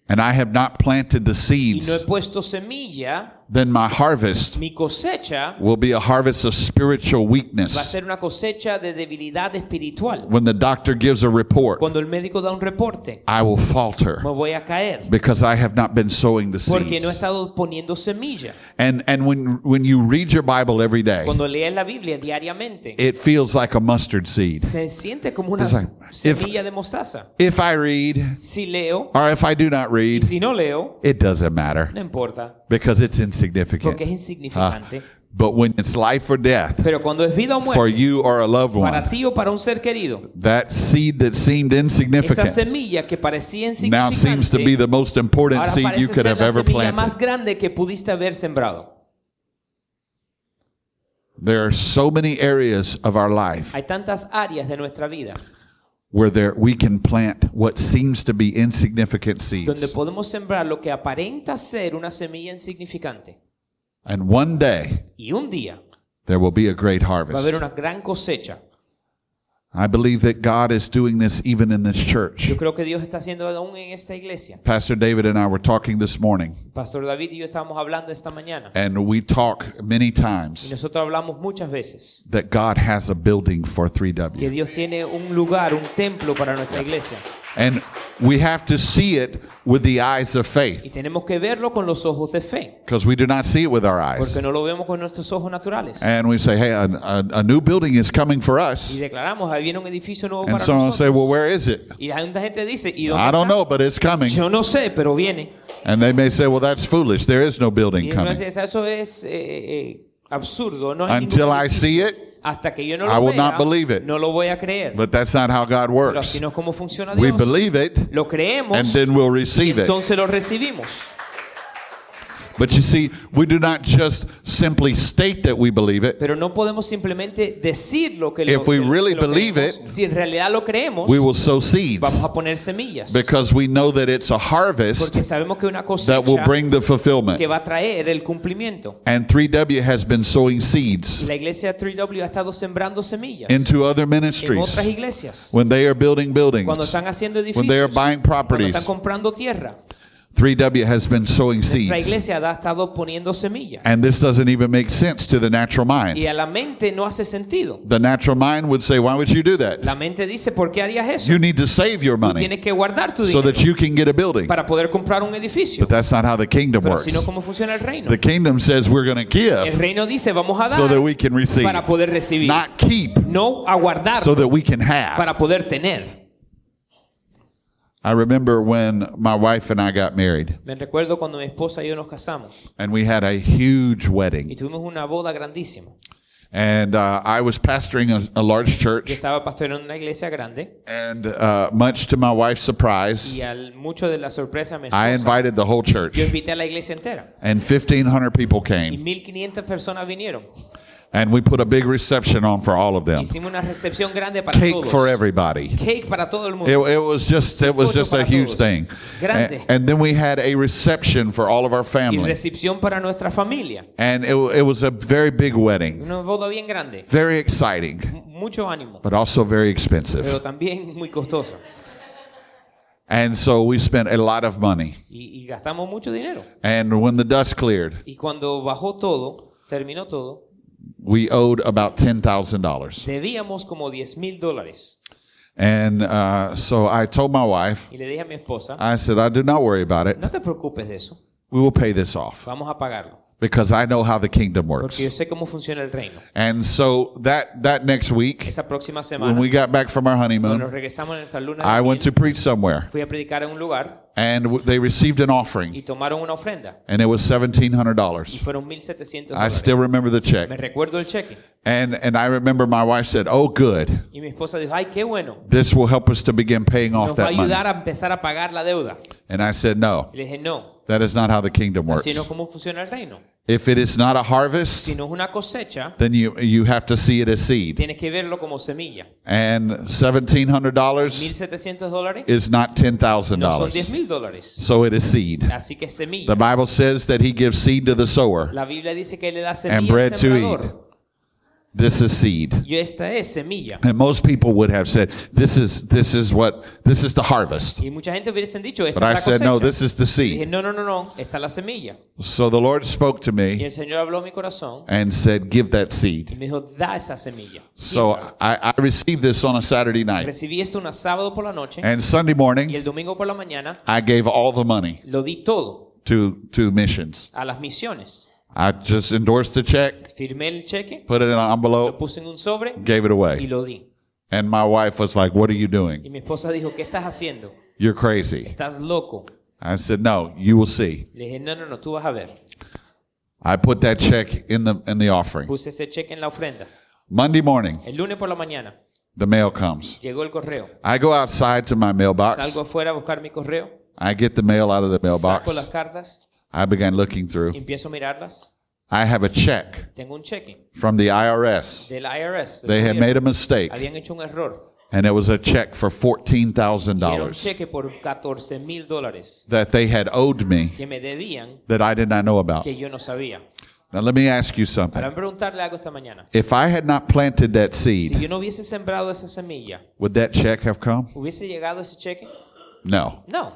[SPEAKER 1] and I have not planted the
[SPEAKER 2] y no he
[SPEAKER 1] seeds
[SPEAKER 2] puesto semilla
[SPEAKER 1] then my harvest
[SPEAKER 2] mi cosecha
[SPEAKER 1] will be a harvest of spiritual
[SPEAKER 2] va a
[SPEAKER 1] weakness.
[SPEAKER 2] ser una cosecha de debilidad espiritual.
[SPEAKER 1] When the doctor gives a report,
[SPEAKER 2] Cuando el médico da un reporte,
[SPEAKER 1] I will falter
[SPEAKER 2] me voy a caer
[SPEAKER 1] because I have not been sowing the
[SPEAKER 2] porque no he
[SPEAKER 1] seeds.
[SPEAKER 2] estado poniendo semilla.
[SPEAKER 1] And and when when you read your Bible every day,
[SPEAKER 2] Cuando lees la Biblia diariamente,
[SPEAKER 1] it feels like a mustard seed.
[SPEAKER 2] se siente como una
[SPEAKER 1] It's like, if-
[SPEAKER 2] semilla de mostaza.
[SPEAKER 1] If I read
[SPEAKER 2] Si leo
[SPEAKER 1] or if I do not
[SPEAKER 2] y
[SPEAKER 1] read,
[SPEAKER 2] si no leo,
[SPEAKER 1] it doesn't matter
[SPEAKER 2] no importa,
[SPEAKER 1] because it's
[SPEAKER 2] porque es
[SPEAKER 1] insignificant. Ah,
[SPEAKER 2] insignificante.
[SPEAKER 1] but when it's life or death
[SPEAKER 2] Pero cuando es vida o
[SPEAKER 1] for
[SPEAKER 2] muerte,
[SPEAKER 1] you or a loved
[SPEAKER 2] para
[SPEAKER 1] one,
[SPEAKER 2] ti o para un ser querido,
[SPEAKER 1] that seed that seemed
[SPEAKER 2] esa
[SPEAKER 1] insignificant
[SPEAKER 2] semilla que parecía
[SPEAKER 1] now seems to be
[SPEAKER 2] insignificante,
[SPEAKER 1] the most important
[SPEAKER 2] ahora
[SPEAKER 1] seed you
[SPEAKER 2] parece
[SPEAKER 1] could
[SPEAKER 2] ser
[SPEAKER 1] have
[SPEAKER 2] la
[SPEAKER 1] ever
[SPEAKER 2] semilla más
[SPEAKER 1] planted.
[SPEAKER 2] grande que pudiste haber sembrado.
[SPEAKER 1] There are so many areas of our life
[SPEAKER 2] Hay tantas áreas de nuestra vida
[SPEAKER 1] where there we can plant what seems to be insignificant
[SPEAKER 2] donde
[SPEAKER 1] seeds.
[SPEAKER 2] podemos sembrar lo que aparenta ser una semilla insignificante.
[SPEAKER 1] And one day
[SPEAKER 2] Y un día
[SPEAKER 1] there will be a great
[SPEAKER 2] va a haber
[SPEAKER 1] harvest.
[SPEAKER 2] una gran cosecha.
[SPEAKER 1] I believe that God is doing this even in this church.
[SPEAKER 2] Yo creo que Dios está haciendo aún en esta iglesia.
[SPEAKER 1] Pastor David and I were talking this morning
[SPEAKER 2] Pastor David y yo estábamos hablando esta mañana
[SPEAKER 1] And we talk many
[SPEAKER 2] y
[SPEAKER 1] times
[SPEAKER 2] nosotros hablamos muchas veces
[SPEAKER 1] that God has a building for
[SPEAKER 2] que
[SPEAKER 1] 3W.
[SPEAKER 2] Dios tiene un lugar, un templo para nuestra iglesia
[SPEAKER 1] And we have to see it with the eyes of
[SPEAKER 2] y
[SPEAKER 1] faith
[SPEAKER 2] tenemos que verlo con los ojos de fe
[SPEAKER 1] because we do not see it with our eyes.
[SPEAKER 2] porque no lo vemos con nuestros ojos naturales.
[SPEAKER 1] And we say, hey, a, a, a new building is coming for
[SPEAKER 2] Y
[SPEAKER 1] us.
[SPEAKER 2] declaramos, ahí viene un edificio nuevo
[SPEAKER 1] And
[SPEAKER 2] para
[SPEAKER 1] someone will say, well,
[SPEAKER 2] nosotros.
[SPEAKER 1] where is it?
[SPEAKER 2] Y hay mucha gente dice, ¿y dónde
[SPEAKER 1] I don't
[SPEAKER 2] está?
[SPEAKER 1] know, but it's coming.
[SPEAKER 2] Yo no sé, pero viene.
[SPEAKER 1] And they may say, well, that's foolish. There is no
[SPEAKER 2] Y
[SPEAKER 1] building
[SPEAKER 2] es una
[SPEAKER 1] coming.
[SPEAKER 2] tristeza, eso es eh, eh, absurdo. No hay ningún
[SPEAKER 1] Until I
[SPEAKER 2] edificio.
[SPEAKER 1] see it,
[SPEAKER 2] Hasta que yo no
[SPEAKER 1] I
[SPEAKER 2] lo
[SPEAKER 1] will
[SPEAKER 2] vea,
[SPEAKER 1] not believe it.
[SPEAKER 2] no lo voy a creer.
[SPEAKER 1] but that's not how God
[SPEAKER 2] Pero
[SPEAKER 1] works.
[SPEAKER 2] así no es como funciona
[SPEAKER 1] We
[SPEAKER 2] Dios.
[SPEAKER 1] believe it,
[SPEAKER 2] lo creemos
[SPEAKER 1] and then we'll
[SPEAKER 2] y
[SPEAKER 1] receive it.
[SPEAKER 2] entonces lo recibimos.
[SPEAKER 1] But you see, we do not just simply state that we believe it.
[SPEAKER 2] Pero no podemos simplemente decir lo que lo,
[SPEAKER 1] If we
[SPEAKER 2] que lo-
[SPEAKER 1] really
[SPEAKER 2] que lo
[SPEAKER 1] believe
[SPEAKER 2] creemos. Si en realidad lo creemos,
[SPEAKER 1] we will sow seeds
[SPEAKER 2] vamos a poner semillas.
[SPEAKER 1] because we know that it's a harvest
[SPEAKER 2] Porque sabemos que una cosecha
[SPEAKER 1] that will bring the
[SPEAKER 2] que
[SPEAKER 1] fulfillment.
[SPEAKER 2] va a traer el cumplimiento.
[SPEAKER 1] And 3W has been sowing
[SPEAKER 2] Y
[SPEAKER 1] seeds
[SPEAKER 2] la iglesia 3W ha estado sembrando semillas
[SPEAKER 1] into other
[SPEAKER 2] en otras
[SPEAKER 1] ministries
[SPEAKER 2] iglesias.
[SPEAKER 1] when they are building
[SPEAKER 2] Cuando
[SPEAKER 1] buildings.
[SPEAKER 2] están haciendo edificios,
[SPEAKER 1] When they are buying
[SPEAKER 2] cuando
[SPEAKER 1] properties,
[SPEAKER 2] están comprando tierra,
[SPEAKER 1] 3W has been sowing
[SPEAKER 2] nuestra
[SPEAKER 1] seeds.
[SPEAKER 2] iglesia ha estado poniendo semillas.
[SPEAKER 1] And this doesn't even make sense to the natural
[SPEAKER 2] Y
[SPEAKER 1] mind.
[SPEAKER 2] a la mente no hace sentido.
[SPEAKER 1] The natural mind would say, Why would you do that?
[SPEAKER 2] La mente dice, ¿por qué harías eso?
[SPEAKER 1] You need to save your money
[SPEAKER 2] Tienes que guardar tu
[SPEAKER 1] so
[SPEAKER 2] dinero
[SPEAKER 1] that you can get a building.
[SPEAKER 2] para poder comprar un edificio.
[SPEAKER 1] But that's not how the kingdom
[SPEAKER 2] Pero
[SPEAKER 1] works.
[SPEAKER 2] si no, ¿cómo funciona el reino?
[SPEAKER 1] The kingdom says we're going to
[SPEAKER 2] El
[SPEAKER 1] give
[SPEAKER 2] reino dice, vamos a
[SPEAKER 1] so that
[SPEAKER 2] dar
[SPEAKER 1] we can receive,
[SPEAKER 2] para poder recibir.
[SPEAKER 1] not keep
[SPEAKER 2] No a guardar
[SPEAKER 1] so that we can have.
[SPEAKER 2] para poder tener.
[SPEAKER 1] I remember when my wife and I got married,
[SPEAKER 2] Me recuerdo cuando mi esposa y yo nos casamos
[SPEAKER 1] and we had a huge
[SPEAKER 2] y
[SPEAKER 1] wedding.
[SPEAKER 2] tuvimos una boda grandísima.
[SPEAKER 1] And uh, I was pastoring a, a large
[SPEAKER 2] Yo
[SPEAKER 1] church,
[SPEAKER 2] estaba pastoreando una iglesia grande
[SPEAKER 1] and uh, much to my wife's surprise,
[SPEAKER 2] y al mucho de la sorpresa me
[SPEAKER 1] I invited the whole church,
[SPEAKER 2] Yo invité a la iglesia entera
[SPEAKER 1] and 1,500 people
[SPEAKER 2] y
[SPEAKER 1] came,
[SPEAKER 2] 1500 personas vinieron.
[SPEAKER 1] and we put a big reception on for all of them,
[SPEAKER 2] Hicimos una recepción grande para
[SPEAKER 1] cake
[SPEAKER 2] todos.
[SPEAKER 1] for everybody.
[SPEAKER 2] Cake para todo el mundo.
[SPEAKER 1] It, it was just it was just a huge thing, and, and then we had a reception for all of our
[SPEAKER 2] y
[SPEAKER 1] family,
[SPEAKER 2] recepción para nuestra familia.
[SPEAKER 1] and it, it was a very big wedding,
[SPEAKER 2] Una boda bien grande.
[SPEAKER 1] very exciting.
[SPEAKER 2] M- Mucho ánimo,
[SPEAKER 1] but also very expensive.
[SPEAKER 2] pero también muy costosa.
[SPEAKER 1] And so we spent a lot of money.
[SPEAKER 2] Y, y gastamos mucho dinero.
[SPEAKER 1] And when the dust cleared,
[SPEAKER 2] Y cuando bajó todo, terminó todo,
[SPEAKER 1] we owed about ten thousand dollars.
[SPEAKER 2] debíamos como 10 mil dólares.
[SPEAKER 1] And uh, so I told my wife,
[SPEAKER 2] Y le dije a mi esposa,
[SPEAKER 1] I said, "I do not worry about it.
[SPEAKER 2] no te preocupes de eso,
[SPEAKER 1] We will pay this off
[SPEAKER 2] vamos a pagarlo.
[SPEAKER 1] because I know how the kingdom works."
[SPEAKER 2] Porque yo sé cómo funciona el reino.
[SPEAKER 1] And so that that next week,
[SPEAKER 2] Esa próxima
[SPEAKER 1] when
[SPEAKER 2] semana,
[SPEAKER 1] we got back from our
[SPEAKER 2] cuando nos
[SPEAKER 1] honeymoon,
[SPEAKER 2] regresamos en nuestra luna, de
[SPEAKER 1] I went
[SPEAKER 2] miel,
[SPEAKER 1] to preach somewhere,
[SPEAKER 2] fui a predicar en un lugar
[SPEAKER 1] and w- they received an offering,
[SPEAKER 2] y tomaron una ofrenda.
[SPEAKER 1] and it was seventeen hundred dollars.
[SPEAKER 2] Y fueron 1.700
[SPEAKER 1] I
[SPEAKER 2] dólares.
[SPEAKER 1] still remember the
[SPEAKER 2] Me
[SPEAKER 1] check,
[SPEAKER 2] recuerdo el cheque.
[SPEAKER 1] and and I remember my wife said, "Oh, good."
[SPEAKER 2] Y mi esposa dijo, ay, qué bueno.
[SPEAKER 1] this will help us to begin paying off
[SPEAKER 2] Nos va a
[SPEAKER 1] that money.
[SPEAKER 2] ayudar a empezar a pagar la deuda.
[SPEAKER 1] And I said, no,
[SPEAKER 2] Y le dije, no,
[SPEAKER 1] that is not how the kingdom works.
[SPEAKER 2] sino cómo funciona el reino.
[SPEAKER 1] If it is not a harvest,
[SPEAKER 2] Si no es una cosecha,
[SPEAKER 1] then you you have to see it as seed.
[SPEAKER 2] tienes que verlo como semilla.
[SPEAKER 1] And seventeen hundred dollars
[SPEAKER 2] 1.700 dólares
[SPEAKER 1] is not ten thousand
[SPEAKER 2] no son
[SPEAKER 1] dollars,
[SPEAKER 2] 10.000 dólares.
[SPEAKER 1] so it is seed.
[SPEAKER 2] Así que es semilla.
[SPEAKER 1] The Bible says that He gives seed to the sower
[SPEAKER 2] La Biblia dice que le da
[SPEAKER 1] and
[SPEAKER 2] semilla
[SPEAKER 1] bread
[SPEAKER 2] al
[SPEAKER 1] to eat.
[SPEAKER 2] sembrador
[SPEAKER 1] This is seed.
[SPEAKER 2] Y esta es semilla.
[SPEAKER 1] And most people would have said, this is, this is what, this is the harvest.
[SPEAKER 2] Y mucha gente hubiesen dicho,
[SPEAKER 1] But
[SPEAKER 2] esta
[SPEAKER 1] I
[SPEAKER 2] es la
[SPEAKER 1] said,
[SPEAKER 2] cosecha.
[SPEAKER 1] no, this is the
[SPEAKER 2] Y dije,
[SPEAKER 1] seed.
[SPEAKER 2] no, no, no, no, esta es la semilla.
[SPEAKER 1] So the Lord spoke to
[SPEAKER 2] Y
[SPEAKER 1] me
[SPEAKER 2] el Señor habló a mi corazón
[SPEAKER 1] and said, give that
[SPEAKER 2] y
[SPEAKER 1] seed.
[SPEAKER 2] me dijo, da esa semilla.
[SPEAKER 1] So
[SPEAKER 2] Siembra.
[SPEAKER 1] I, I received this on a Saturday night.
[SPEAKER 2] Recibí esto un sábado por la noche
[SPEAKER 1] And Sunday
[SPEAKER 2] y
[SPEAKER 1] morning,
[SPEAKER 2] el domingo por la mañana
[SPEAKER 1] I gave all the money
[SPEAKER 2] lo di todo
[SPEAKER 1] to, to missions.
[SPEAKER 2] a las misiones.
[SPEAKER 1] I just endorsed the check,
[SPEAKER 2] Firmé el cheque,
[SPEAKER 1] put it in an
[SPEAKER 2] lo
[SPEAKER 1] envelope,
[SPEAKER 2] puse en un sobre
[SPEAKER 1] gave it
[SPEAKER 2] y
[SPEAKER 1] away.
[SPEAKER 2] lo di.
[SPEAKER 1] And my wife was like, what are you doing?
[SPEAKER 2] Y mi esposa dijo, ¿qué estás haciendo?
[SPEAKER 1] You're crazy.
[SPEAKER 2] ¿Estás loco?
[SPEAKER 1] I said, no, you will see.
[SPEAKER 2] Le dije, no, no, no, tú vas a ver.
[SPEAKER 1] I put that check in the, in the offering.
[SPEAKER 2] Puse ese cheque en la ofrenda.
[SPEAKER 1] Monday morning,
[SPEAKER 2] El lunes por la mañana
[SPEAKER 1] the mail comes.
[SPEAKER 2] llegó el correo.
[SPEAKER 1] I go outside to my mailbox.
[SPEAKER 2] Salgo afuera a buscar mi correo,
[SPEAKER 1] I get the mail out of the
[SPEAKER 2] saco las
[SPEAKER 1] mailbox.
[SPEAKER 2] cartas,
[SPEAKER 1] I began looking
[SPEAKER 2] y
[SPEAKER 1] through.
[SPEAKER 2] empiezo a mirarlas.
[SPEAKER 1] I have a check
[SPEAKER 2] Tengo un cheque
[SPEAKER 1] from the IRS.
[SPEAKER 2] del IRS. del
[SPEAKER 1] They had
[SPEAKER 2] gobierno.
[SPEAKER 1] made a mistake,
[SPEAKER 2] Habían hecho un error.
[SPEAKER 1] and it was a check for
[SPEAKER 2] Y Era un
[SPEAKER 1] $14,000
[SPEAKER 2] cheque por 14 mil dólares
[SPEAKER 1] that they had owed me
[SPEAKER 2] que me debían
[SPEAKER 1] that I did not know about.
[SPEAKER 2] que yo no sabía.
[SPEAKER 1] Now, let me ask you something.
[SPEAKER 2] Para preguntarle algo esta mañana.
[SPEAKER 1] If I had not planted that
[SPEAKER 2] Si
[SPEAKER 1] seed,
[SPEAKER 2] yo no hubiese sembrado esa semilla,
[SPEAKER 1] would that check have come?
[SPEAKER 2] ¿hubiese llegado ese cheque?
[SPEAKER 1] No.
[SPEAKER 2] No.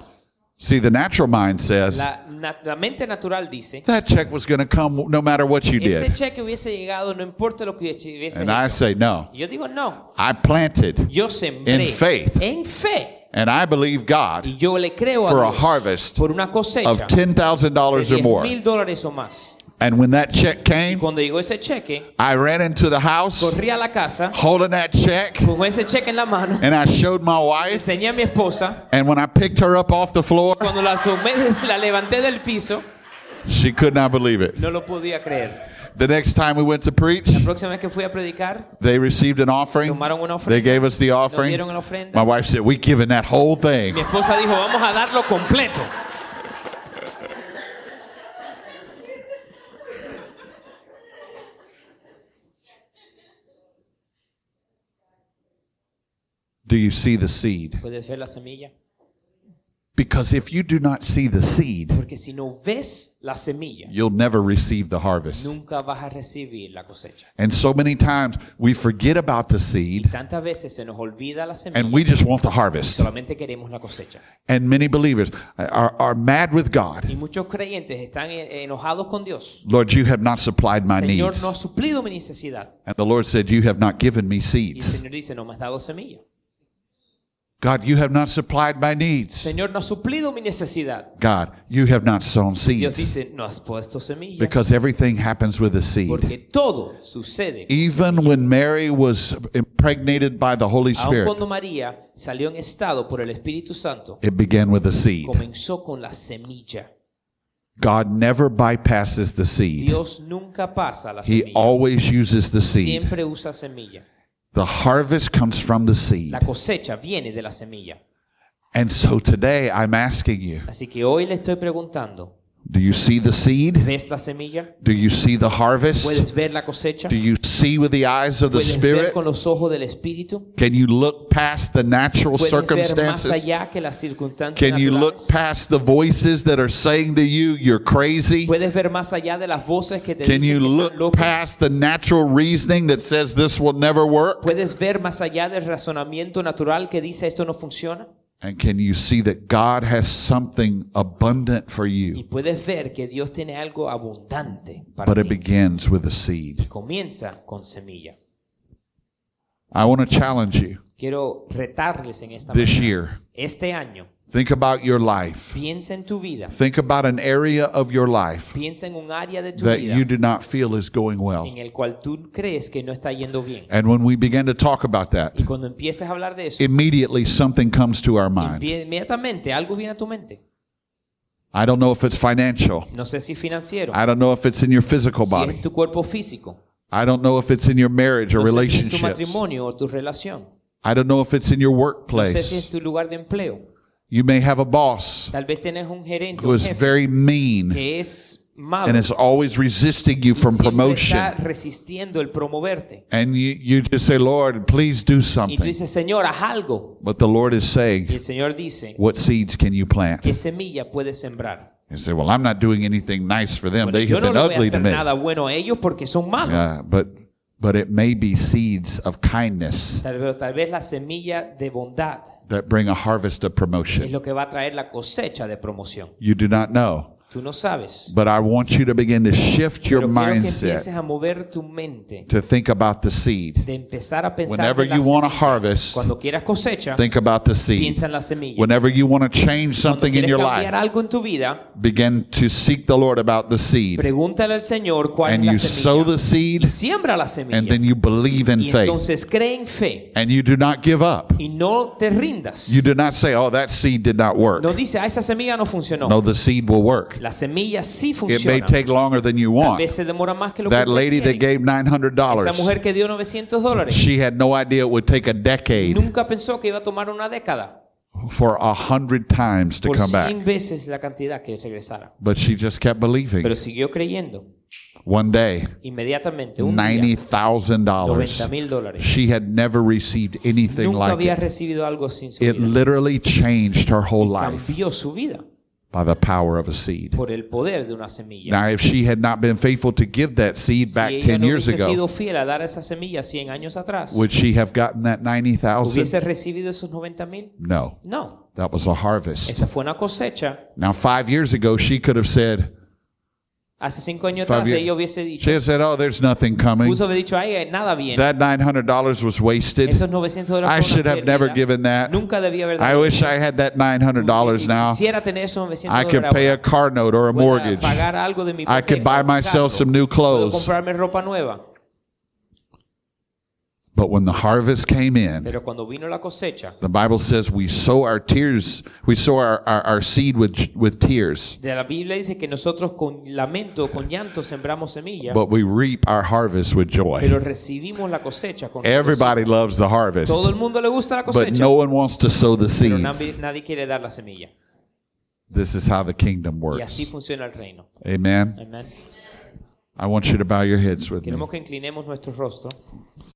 [SPEAKER 1] See, the natural mind says
[SPEAKER 2] La, na- la mente natural dice,
[SPEAKER 1] that check was going to come no matter what you
[SPEAKER 2] ese
[SPEAKER 1] did.
[SPEAKER 2] cheque hubiese llegado no importa lo que hubiese hubiese
[SPEAKER 1] And I
[SPEAKER 2] hecho.
[SPEAKER 1] say, no.
[SPEAKER 2] Y Yo digo, no.
[SPEAKER 1] I planted,
[SPEAKER 2] Yo sembré
[SPEAKER 1] In faith.
[SPEAKER 2] en fe.
[SPEAKER 1] and I believe God
[SPEAKER 2] Y yo le creo
[SPEAKER 1] For a
[SPEAKER 2] a Dios
[SPEAKER 1] harvest
[SPEAKER 2] por una cosecha
[SPEAKER 1] of $10,000 or more.
[SPEAKER 2] mil dólares o más.
[SPEAKER 1] And when that check
[SPEAKER 2] Y
[SPEAKER 1] came,
[SPEAKER 2] cuando llegó ese cheque,
[SPEAKER 1] I ran into the house
[SPEAKER 2] corrí a la casa
[SPEAKER 1] holding that check
[SPEAKER 2] con ese cheque en
[SPEAKER 1] [laughs]
[SPEAKER 2] la mano,
[SPEAKER 1] and I showed my wife.
[SPEAKER 2] enseñé a mi esposa.
[SPEAKER 1] And when I picked her up off the floor,
[SPEAKER 2] Cuando la, asomé, [laughs] la levanté del piso,
[SPEAKER 1] she could not believe it.
[SPEAKER 2] no lo podía creer.
[SPEAKER 1] The next time we went to preach,
[SPEAKER 2] La próxima vez que fui a predicar,
[SPEAKER 1] they received an offering.
[SPEAKER 2] Tomaron una ofrenda.
[SPEAKER 1] They gave us the
[SPEAKER 2] nos
[SPEAKER 1] offering.
[SPEAKER 2] dieron la ofrenda.
[SPEAKER 1] My wife said, We giving that whole
[SPEAKER 2] Mi
[SPEAKER 1] thing.
[SPEAKER 2] esposa dijo, vamos a darlo completo.
[SPEAKER 1] Do you see the seed?
[SPEAKER 2] Puedes ver la semilla.
[SPEAKER 1] Because if you do not see the seed,
[SPEAKER 2] Porque si no ves la semilla,
[SPEAKER 1] you'll never receive the harvest.
[SPEAKER 2] nunca vas a recibir la cosecha.
[SPEAKER 1] And so many times we forget about the
[SPEAKER 2] Y
[SPEAKER 1] seed
[SPEAKER 2] tantas veces se nos olvida la
[SPEAKER 1] and
[SPEAKER 2] semilla.
[SPEAKER 1] we just want the harvest.
[SPEAKER 2] Solamente queremos la cosecha.
[SPEAKER 1] And many believers are, are mad with God.
[SPEAKER 2] Y muchos creyentes están e- enojados con Dios.
[SPEAKER 1] Lord, you have not supplied my
[SPEAKER 2] Señor
[SPEAKER 1] needs.
[SPEAKER 2] no ha suplido mi necesidad.
[SPEAKER 1] And the Lord said, You have not given me
[SPEAKER 2] Y el
[SPEAKER 1] seeds.
[SPEAKER 2] Señor dice, no me has dado semilla.
[SPEAKER 1] God, you have not supplied my needs.
[SPEAKER 2] Señor no ha suplido mi necesidad.
[SPEAKER 1] God, you have not sown
[SPEAKER 2] Dios
[SPEAKER 1] seeds.
[SPEAKER 2] dice, no has puesto semilla.
[SPEAKER 1] Because everything happens with a seed.
[SPEAKER 2] Porque todo sucede.
[SPEAKER 1] Even when Mary was impregnated by the Holy
[SPEAKER 2] Aun
[SPEAKER 1] Spirit,
[SPEAKER 2] cuando María salió en estado por el Espíritu Santo,
[SPEAKER 1] it began with a seed.
[SPEAKER 2] comenzó con la semilla.
[SPEAKER 1] God never bypasses the seed,
[SPEAKER 2] Dios nunca pasa la
[SPEAKER 1] He
[SPEAKER 2] semilla.
[SPEAKER 1] always uses the seed.
[SPEAKER 2] Siempre usa semilla.
[SPEAKER 1] The harvest comes from the seed.
[SPEAKER 2] La cosecha viene de la semilla.
[SPEAKER 1] And so today I'm asking you
[SPEAKER 2] Así que hoy le estoy preguntando,
[SPEAKER 1] do you see the seed?
[SPEAKER 2] ¿ves la semilla?
[SPEAKER 1] Do you see the harvest?
[SPEAKER 2] ¿Puedes ver la cosecha?
[SPEAKER 1] Do you see with the eyes of the
[SPEAKER 2] ¿Puedes ver
[SPEAKER 1] Spirit?
[SPEAKER 2] con los ojos del Espíritu?
[SPEAKER 1] Can you look past the natural
[SPEAKER 2] ¿Puedes ver más
[SPEAKER 1] circumstances?
[SPEAKER 2] allá que las circunstancias
[SPEAKER 1] Can you look
[SPEAKER 2] naturales?
[SPEAKER 1] past the voices that are saying to you, you're crazy?
[SPEAKER 2] ¿Puedes ver más allá de las voces que te
[SPEAKER 1] Can you
[SPEAKER 2] dicen que estás
[SPEAKER 1] look
[SPEAKER 2] loco?
[SPEAKER 1] past the natural reasoning that says this will never work?
[SPEAKER 2] ¿Puedes ver más allá del razonamiento natural que dice esto no funciona?
[SPEAKER 1] And can you see that God has something abundant for
[SPEAKER 2] Y
[SPEAKER 1] you?
[SPEAKER 2] puedes ver que Dios tiene algo abundante para
[SPEAKER 1] But it
[SPEAKER 2] ti.
[SPEAKER 1] begins with a seed.
[SPEAKER 2] Comienza con semilla.
[SPEAKER 1] I want to challenge you
[SPEAKER 2] Quiero retarles en esta
[SPEAKER 1] this
[SPEAKER 2] mañana.
[SPEAKER 1] year.
[SPEAKER 2] Este año,
[SPEAKER 1] Think about your life.
[SPEAKER 2] piensa en tu vida.
[SPEAKER 1] Think about an area of your life
[SPEAKER 2] Piensa en un área de tu
[SPEAKER 1] that
[SPEAKER 2] vida
[SPEAKER 1] you do not feel is going well.
[SPEAKER 2] en el cual tú crees que no está yendo bien.
[SPEAKER 1] And when we begin to talk about that,
[SPEAKER 2] Y cuando empieces a hablar de eso,
[SPEAKER 1] immediately something comes to our mind.
[SPEAKER 2] inmediatamente algo viene a tu mente.
[SPEAKER 1] I don't know if it's financial.
[SPEAKER 2] No sé si financiero,
[SPEAKER 1] I don't know if it's in your physical
[SPEAKER 2] si es
[SPEAKER 1] body.
[SPEAKER 2] tu cuerpo físico,
[SPEAKER 1] I don't know if it's in your marriage or
[SPEAKER 2] no sé si es tu
[SPEAKER 1] relationships.
[SPEAKER 2] matrimonio o tu relación,
[SPEAKER 1] I don't know if it's in your
[SPEAKER 2] no sé si es
[SPEAKER 1] workplace.
[SPEAKER 2] tu lugar de empleo.
[SPEAKER 1] You may have a boss
[SPEAKER 2] Tal vez tienes un gerente,
[SPEAKER 1] who
[SPEAKER 2] un
[SPEAKER 1] is
[SPEAKER 2] jefe
[SPEAKER 1] very mean
[SPEAKER 2] que es malo
[SPEAKER 1] and is always resisting you
[SPEAKER 2] y
[SPEAKER 1] from
[SPEAKER 2] siempre está
[SPEAKER 1] promotion.
[SPEAKER 2] resistiendo el promoverte.
[SPEAKER 1] And you, you just say, Lord, please do
[SPEAKER 2] Y tú
[SPEAKER 1] something.
[SPEAKER 2] dices, Señor, haz algo.
[SPEAKER 1] But the Lord is
[SPEAKER 2] Y
[SPEAKER 1] saying,
[SPEAKER 2] el Señor dice,
[SPEAKER 1] What seeds can you plant?
[SPEAKER 2] ¿qué semilla puedes sembrar?
[SPEAKER 1] You say, Well, I'm not doing anything nice for them.
[SPEAKER 2] Bueno,
[SPEAKER 1] They
[SPEAKER 2] yo
[SPEAKER 1] have
[SPEAKER 2] no
[SPEAKER 1] been
[SPEAKER 2] le voy a
[SPEAKER 1] ugly to
[SPEAKER 2] hacer
[SPEAKER 1] me.
[SPEAKER 2] nada bueno a ellos porque son malos.
[SPEAKER 1] Yeah, but but it may be seeds of kindness
[SPEAKER 2] Tal vez, tal vez la semilla de bondad
[SPEAKER 1] that bring a harvest of
[SPEAKER 2] es
[SPEAKER 1] promotion.
[SPEAKER 2] lo que va a traer la cosecha de promoción.
[SPEAKER 1] You do not know,
[SPEAKER 2] Tú no sabes.
[SPEAKER 1] but I want you to begin to shift your
[SPEAKER 2] Pero quiero que
[SPEAKER 1] mindset
[SPEAKER 2] empieces a mover tu mente
[SPEAKER 1] to think about the seed.
[SPEAKER 2] de empezar a pensar
[SPEAKER 1] Whenever
[SPEAKER 2] en la
[SPEAKER 1] you want a
[SPEAKER 2] semilla.
[SPEAKER 1] harvest,
[SPEAKER 2] cuando quieras cosecha,
[SPEAKER 1] think about the seed.
[SPEAKER 2] piensa en la semilla.
[SPEAKER 1] Whenever you want to change
[SPEAKER 2] Cuando
[SPEAKER 1] something in
[SPEAKER 2] quieres
[SPEAKER 1] your
[SPEAKER 2] cambiar
[SPEAKER 1] life,
[SPEAKER 2] algo en tu vida,
[SPEAKER 1] begin to seek the Lord about the seed.
[SPEAKER 2] pregúntale al Señor cuál
[SPEAKER 1] And
[SPEAKER 2] es
[SPEAKER 1] you
[SPEAKER 2] la
[SPEAKER 1] sow the
[SPEAKER 2] semilla y
[SPEAKER 1] seed,
[SPEAKER 2] siembra la semilla.
[SPEAKER 1] and then you believe in
[SPEAKER 2] y
[SPEAKER 1] faith.
[SPEAKER 2] entonces cree en fe
[SPEAKER 1] And you do not give up.
[SPEAKER 2] y no te rindas.
[SPEAKER 1] You do not say, oh, that seed did not work.
[SPEAKER 2] No dice, ah, esa semilla no funcionó.
[SPEAKER 1] No, the seed will work.
[SPEAKER 2] La semilla sí
[SPEAKER 1] It may
[SPEAKER 2] funciona.
[SPEAKER 1] take longer than you
[SPEAKER 2] A
[SPEAKER 1] want.
[SPEAKER 2] veces demora más que lo
[SPEAKER 1] That
[SPEAKER 2] que usted
[SPEAKER 1] lady that gave
[SPEAKER 2] quiere. Esa
[SPEAKER 1] $900,
[SPEAKER 2] mujer que dio 900 dólares
[SPEAKER 1] she had no idea it would take a decade
[SPEAKER 2] nunca pensó que iba a tomar una década
[SPEAKER 1] for a hundred times to
[SPEAKER 2] por
[SPEAKER 1] come back.
[SPEAKER 2] 100 veces la cantidad que regresara.
[SPEAKER 1] But she just kept believing.
[SPEAKER 2] Pero siguió creyendo.
[SPEAKER 1] One day,
[SPEAKER 2] Inmediatamente, un día,
[SPEAKER 1] $90,000.
[SPEAKER 2] 90 mil dólares.
[SPEAKER 1] She had never received anything
[SPEAKER 2] Nunca
[SPEAKER 1] like
[SPEAKER 2] había
[SPEAKER 1] it.
[SPEAKER 2] recibido algo sin su
[SPEAKER 1] It
[SPEAKER 2] vida.
[SPEAKER 1] literally changed her whole life
[SPEAKER 2] Cambió su vida
[SPEAKER 1] by the power of a seed.
[SPEAKER 2] por el poder de una semilla.
[SPEAKER 1] Now, if she had not been faithful to give that seed
[SPEAKER 2] Si
[SPEAKER 1] back
[SPEAKER 2] ella
[SPEAKER 1] 10
[SPEAKER 2] no
[SPEAKER 1] years
[SPEAKER 2] hubiese
[SPEAKER 1] ago,
[SPEAKER 2] sido fiel a dar esa semilla 100 años atrás,
[SPEAKER 1] would she have gotten that 90,000?
[SPEAKER 2] ¿hubiese recibido esos 90 mil?
[SPEAKER 1] No,
[SPEAKER 2] No.
[SPEAKER 1] that was a harvest.
[SPEAKER 2] Esa fue una cosecha.
[SPEAKER 1] Now, five years ago, she could have said,
[SPEAKER 2] Hace 5 años
[SPEAKER 1] Five
[SPEAKER 2] atrás
[SPEAKER 1] years.
[SPEAKER 2] ella hubiese dicho,
[SPEAKER 1] she had said, oh, there's nothing coming.
[SPEAKER 2] puso haber dicho, ay, eh, nada bien.
[SPEAKER 1] That $900 was wasted.
[SPEAKER 2] Esos 900
[SPEAKER 1] I
[SPEAKER 2] dólares
[SPEAKER 1] should
[SPEAKER 2] fueron
[SPEAKER 1] have
[SPEAKER 2] una
[SPEAKER 1] never
[SPEAKER 2] pérdida.
[SPEAKER 1] given that.
[SPEAKER 2] Nunca debía haber
[SPEAKER 1] I
[SPEAKER 2] dado.
[SPEAKER 1] wish I had that $900 now.
[SPEAKER 2] Quisiera tener esos 900
[SPEAKER 1] I could
[SPEAKER 2] dólares.
[SPEAKER 1] pay a car note or a
[SPEAKER 2] Pueda
[SPEAKER 1] mortgage.
[SPEAKER 2] pagar algo de mi
[SPEAKER 1] I could
[SPEAKER 2] hipoteca,
[SPEAKER 1] buy
[SPEAKER 2] un carro.
[SPEAKER 1] myself some new
[SPEAKER 2] Puedo
[SPEAKER 1] clothes.
[SPEAKER 2] comprarme ropa nueva.
[SPEAKER 1] But when the harvest came in,
[SPEAKER 2] Pero cuando vino la cosecha,
[SPEAKER 1] the Bible says we sow our tears, we sow our, our, our seed with, with tears,
[SPEAKER 2] de la Biblia dice que nosotros con lamento, con llanto sembramos semilla,
[SPEAKER 1] but we reap our harvest with joy.
[SPEAKER 2] pero recibimos la cosecha con
[SPEAKER 1] Everybody loves the
[SPEAKER 2] gozo. Todo
[SPEAKER 1] harvest,
[SPEAKER 2] el mundo le gusta la
[SPEAKER 1] but
[SPEAKER 2] cosecha,
[SPEAKER 1] no one wants to sow the
[SPEAKER 2] pero nadie,
[SPEAKER 1] seeds.
[SPEAKER 2] nadie quiere dar la semilla.
[SPEAKER 1] This is how the kingdom
[SPEAKER 2] Y
[SPEAKER 1] works.
[SPEAKER 2] así funciona el reino.
[SPEAKER 1] Amen.
[SPEAKER 2] Amén.
[SPEAKER 1] I want you to bow your heads with me.
[SPEAKER 2] Queremos que inclinemos nuestro rostro.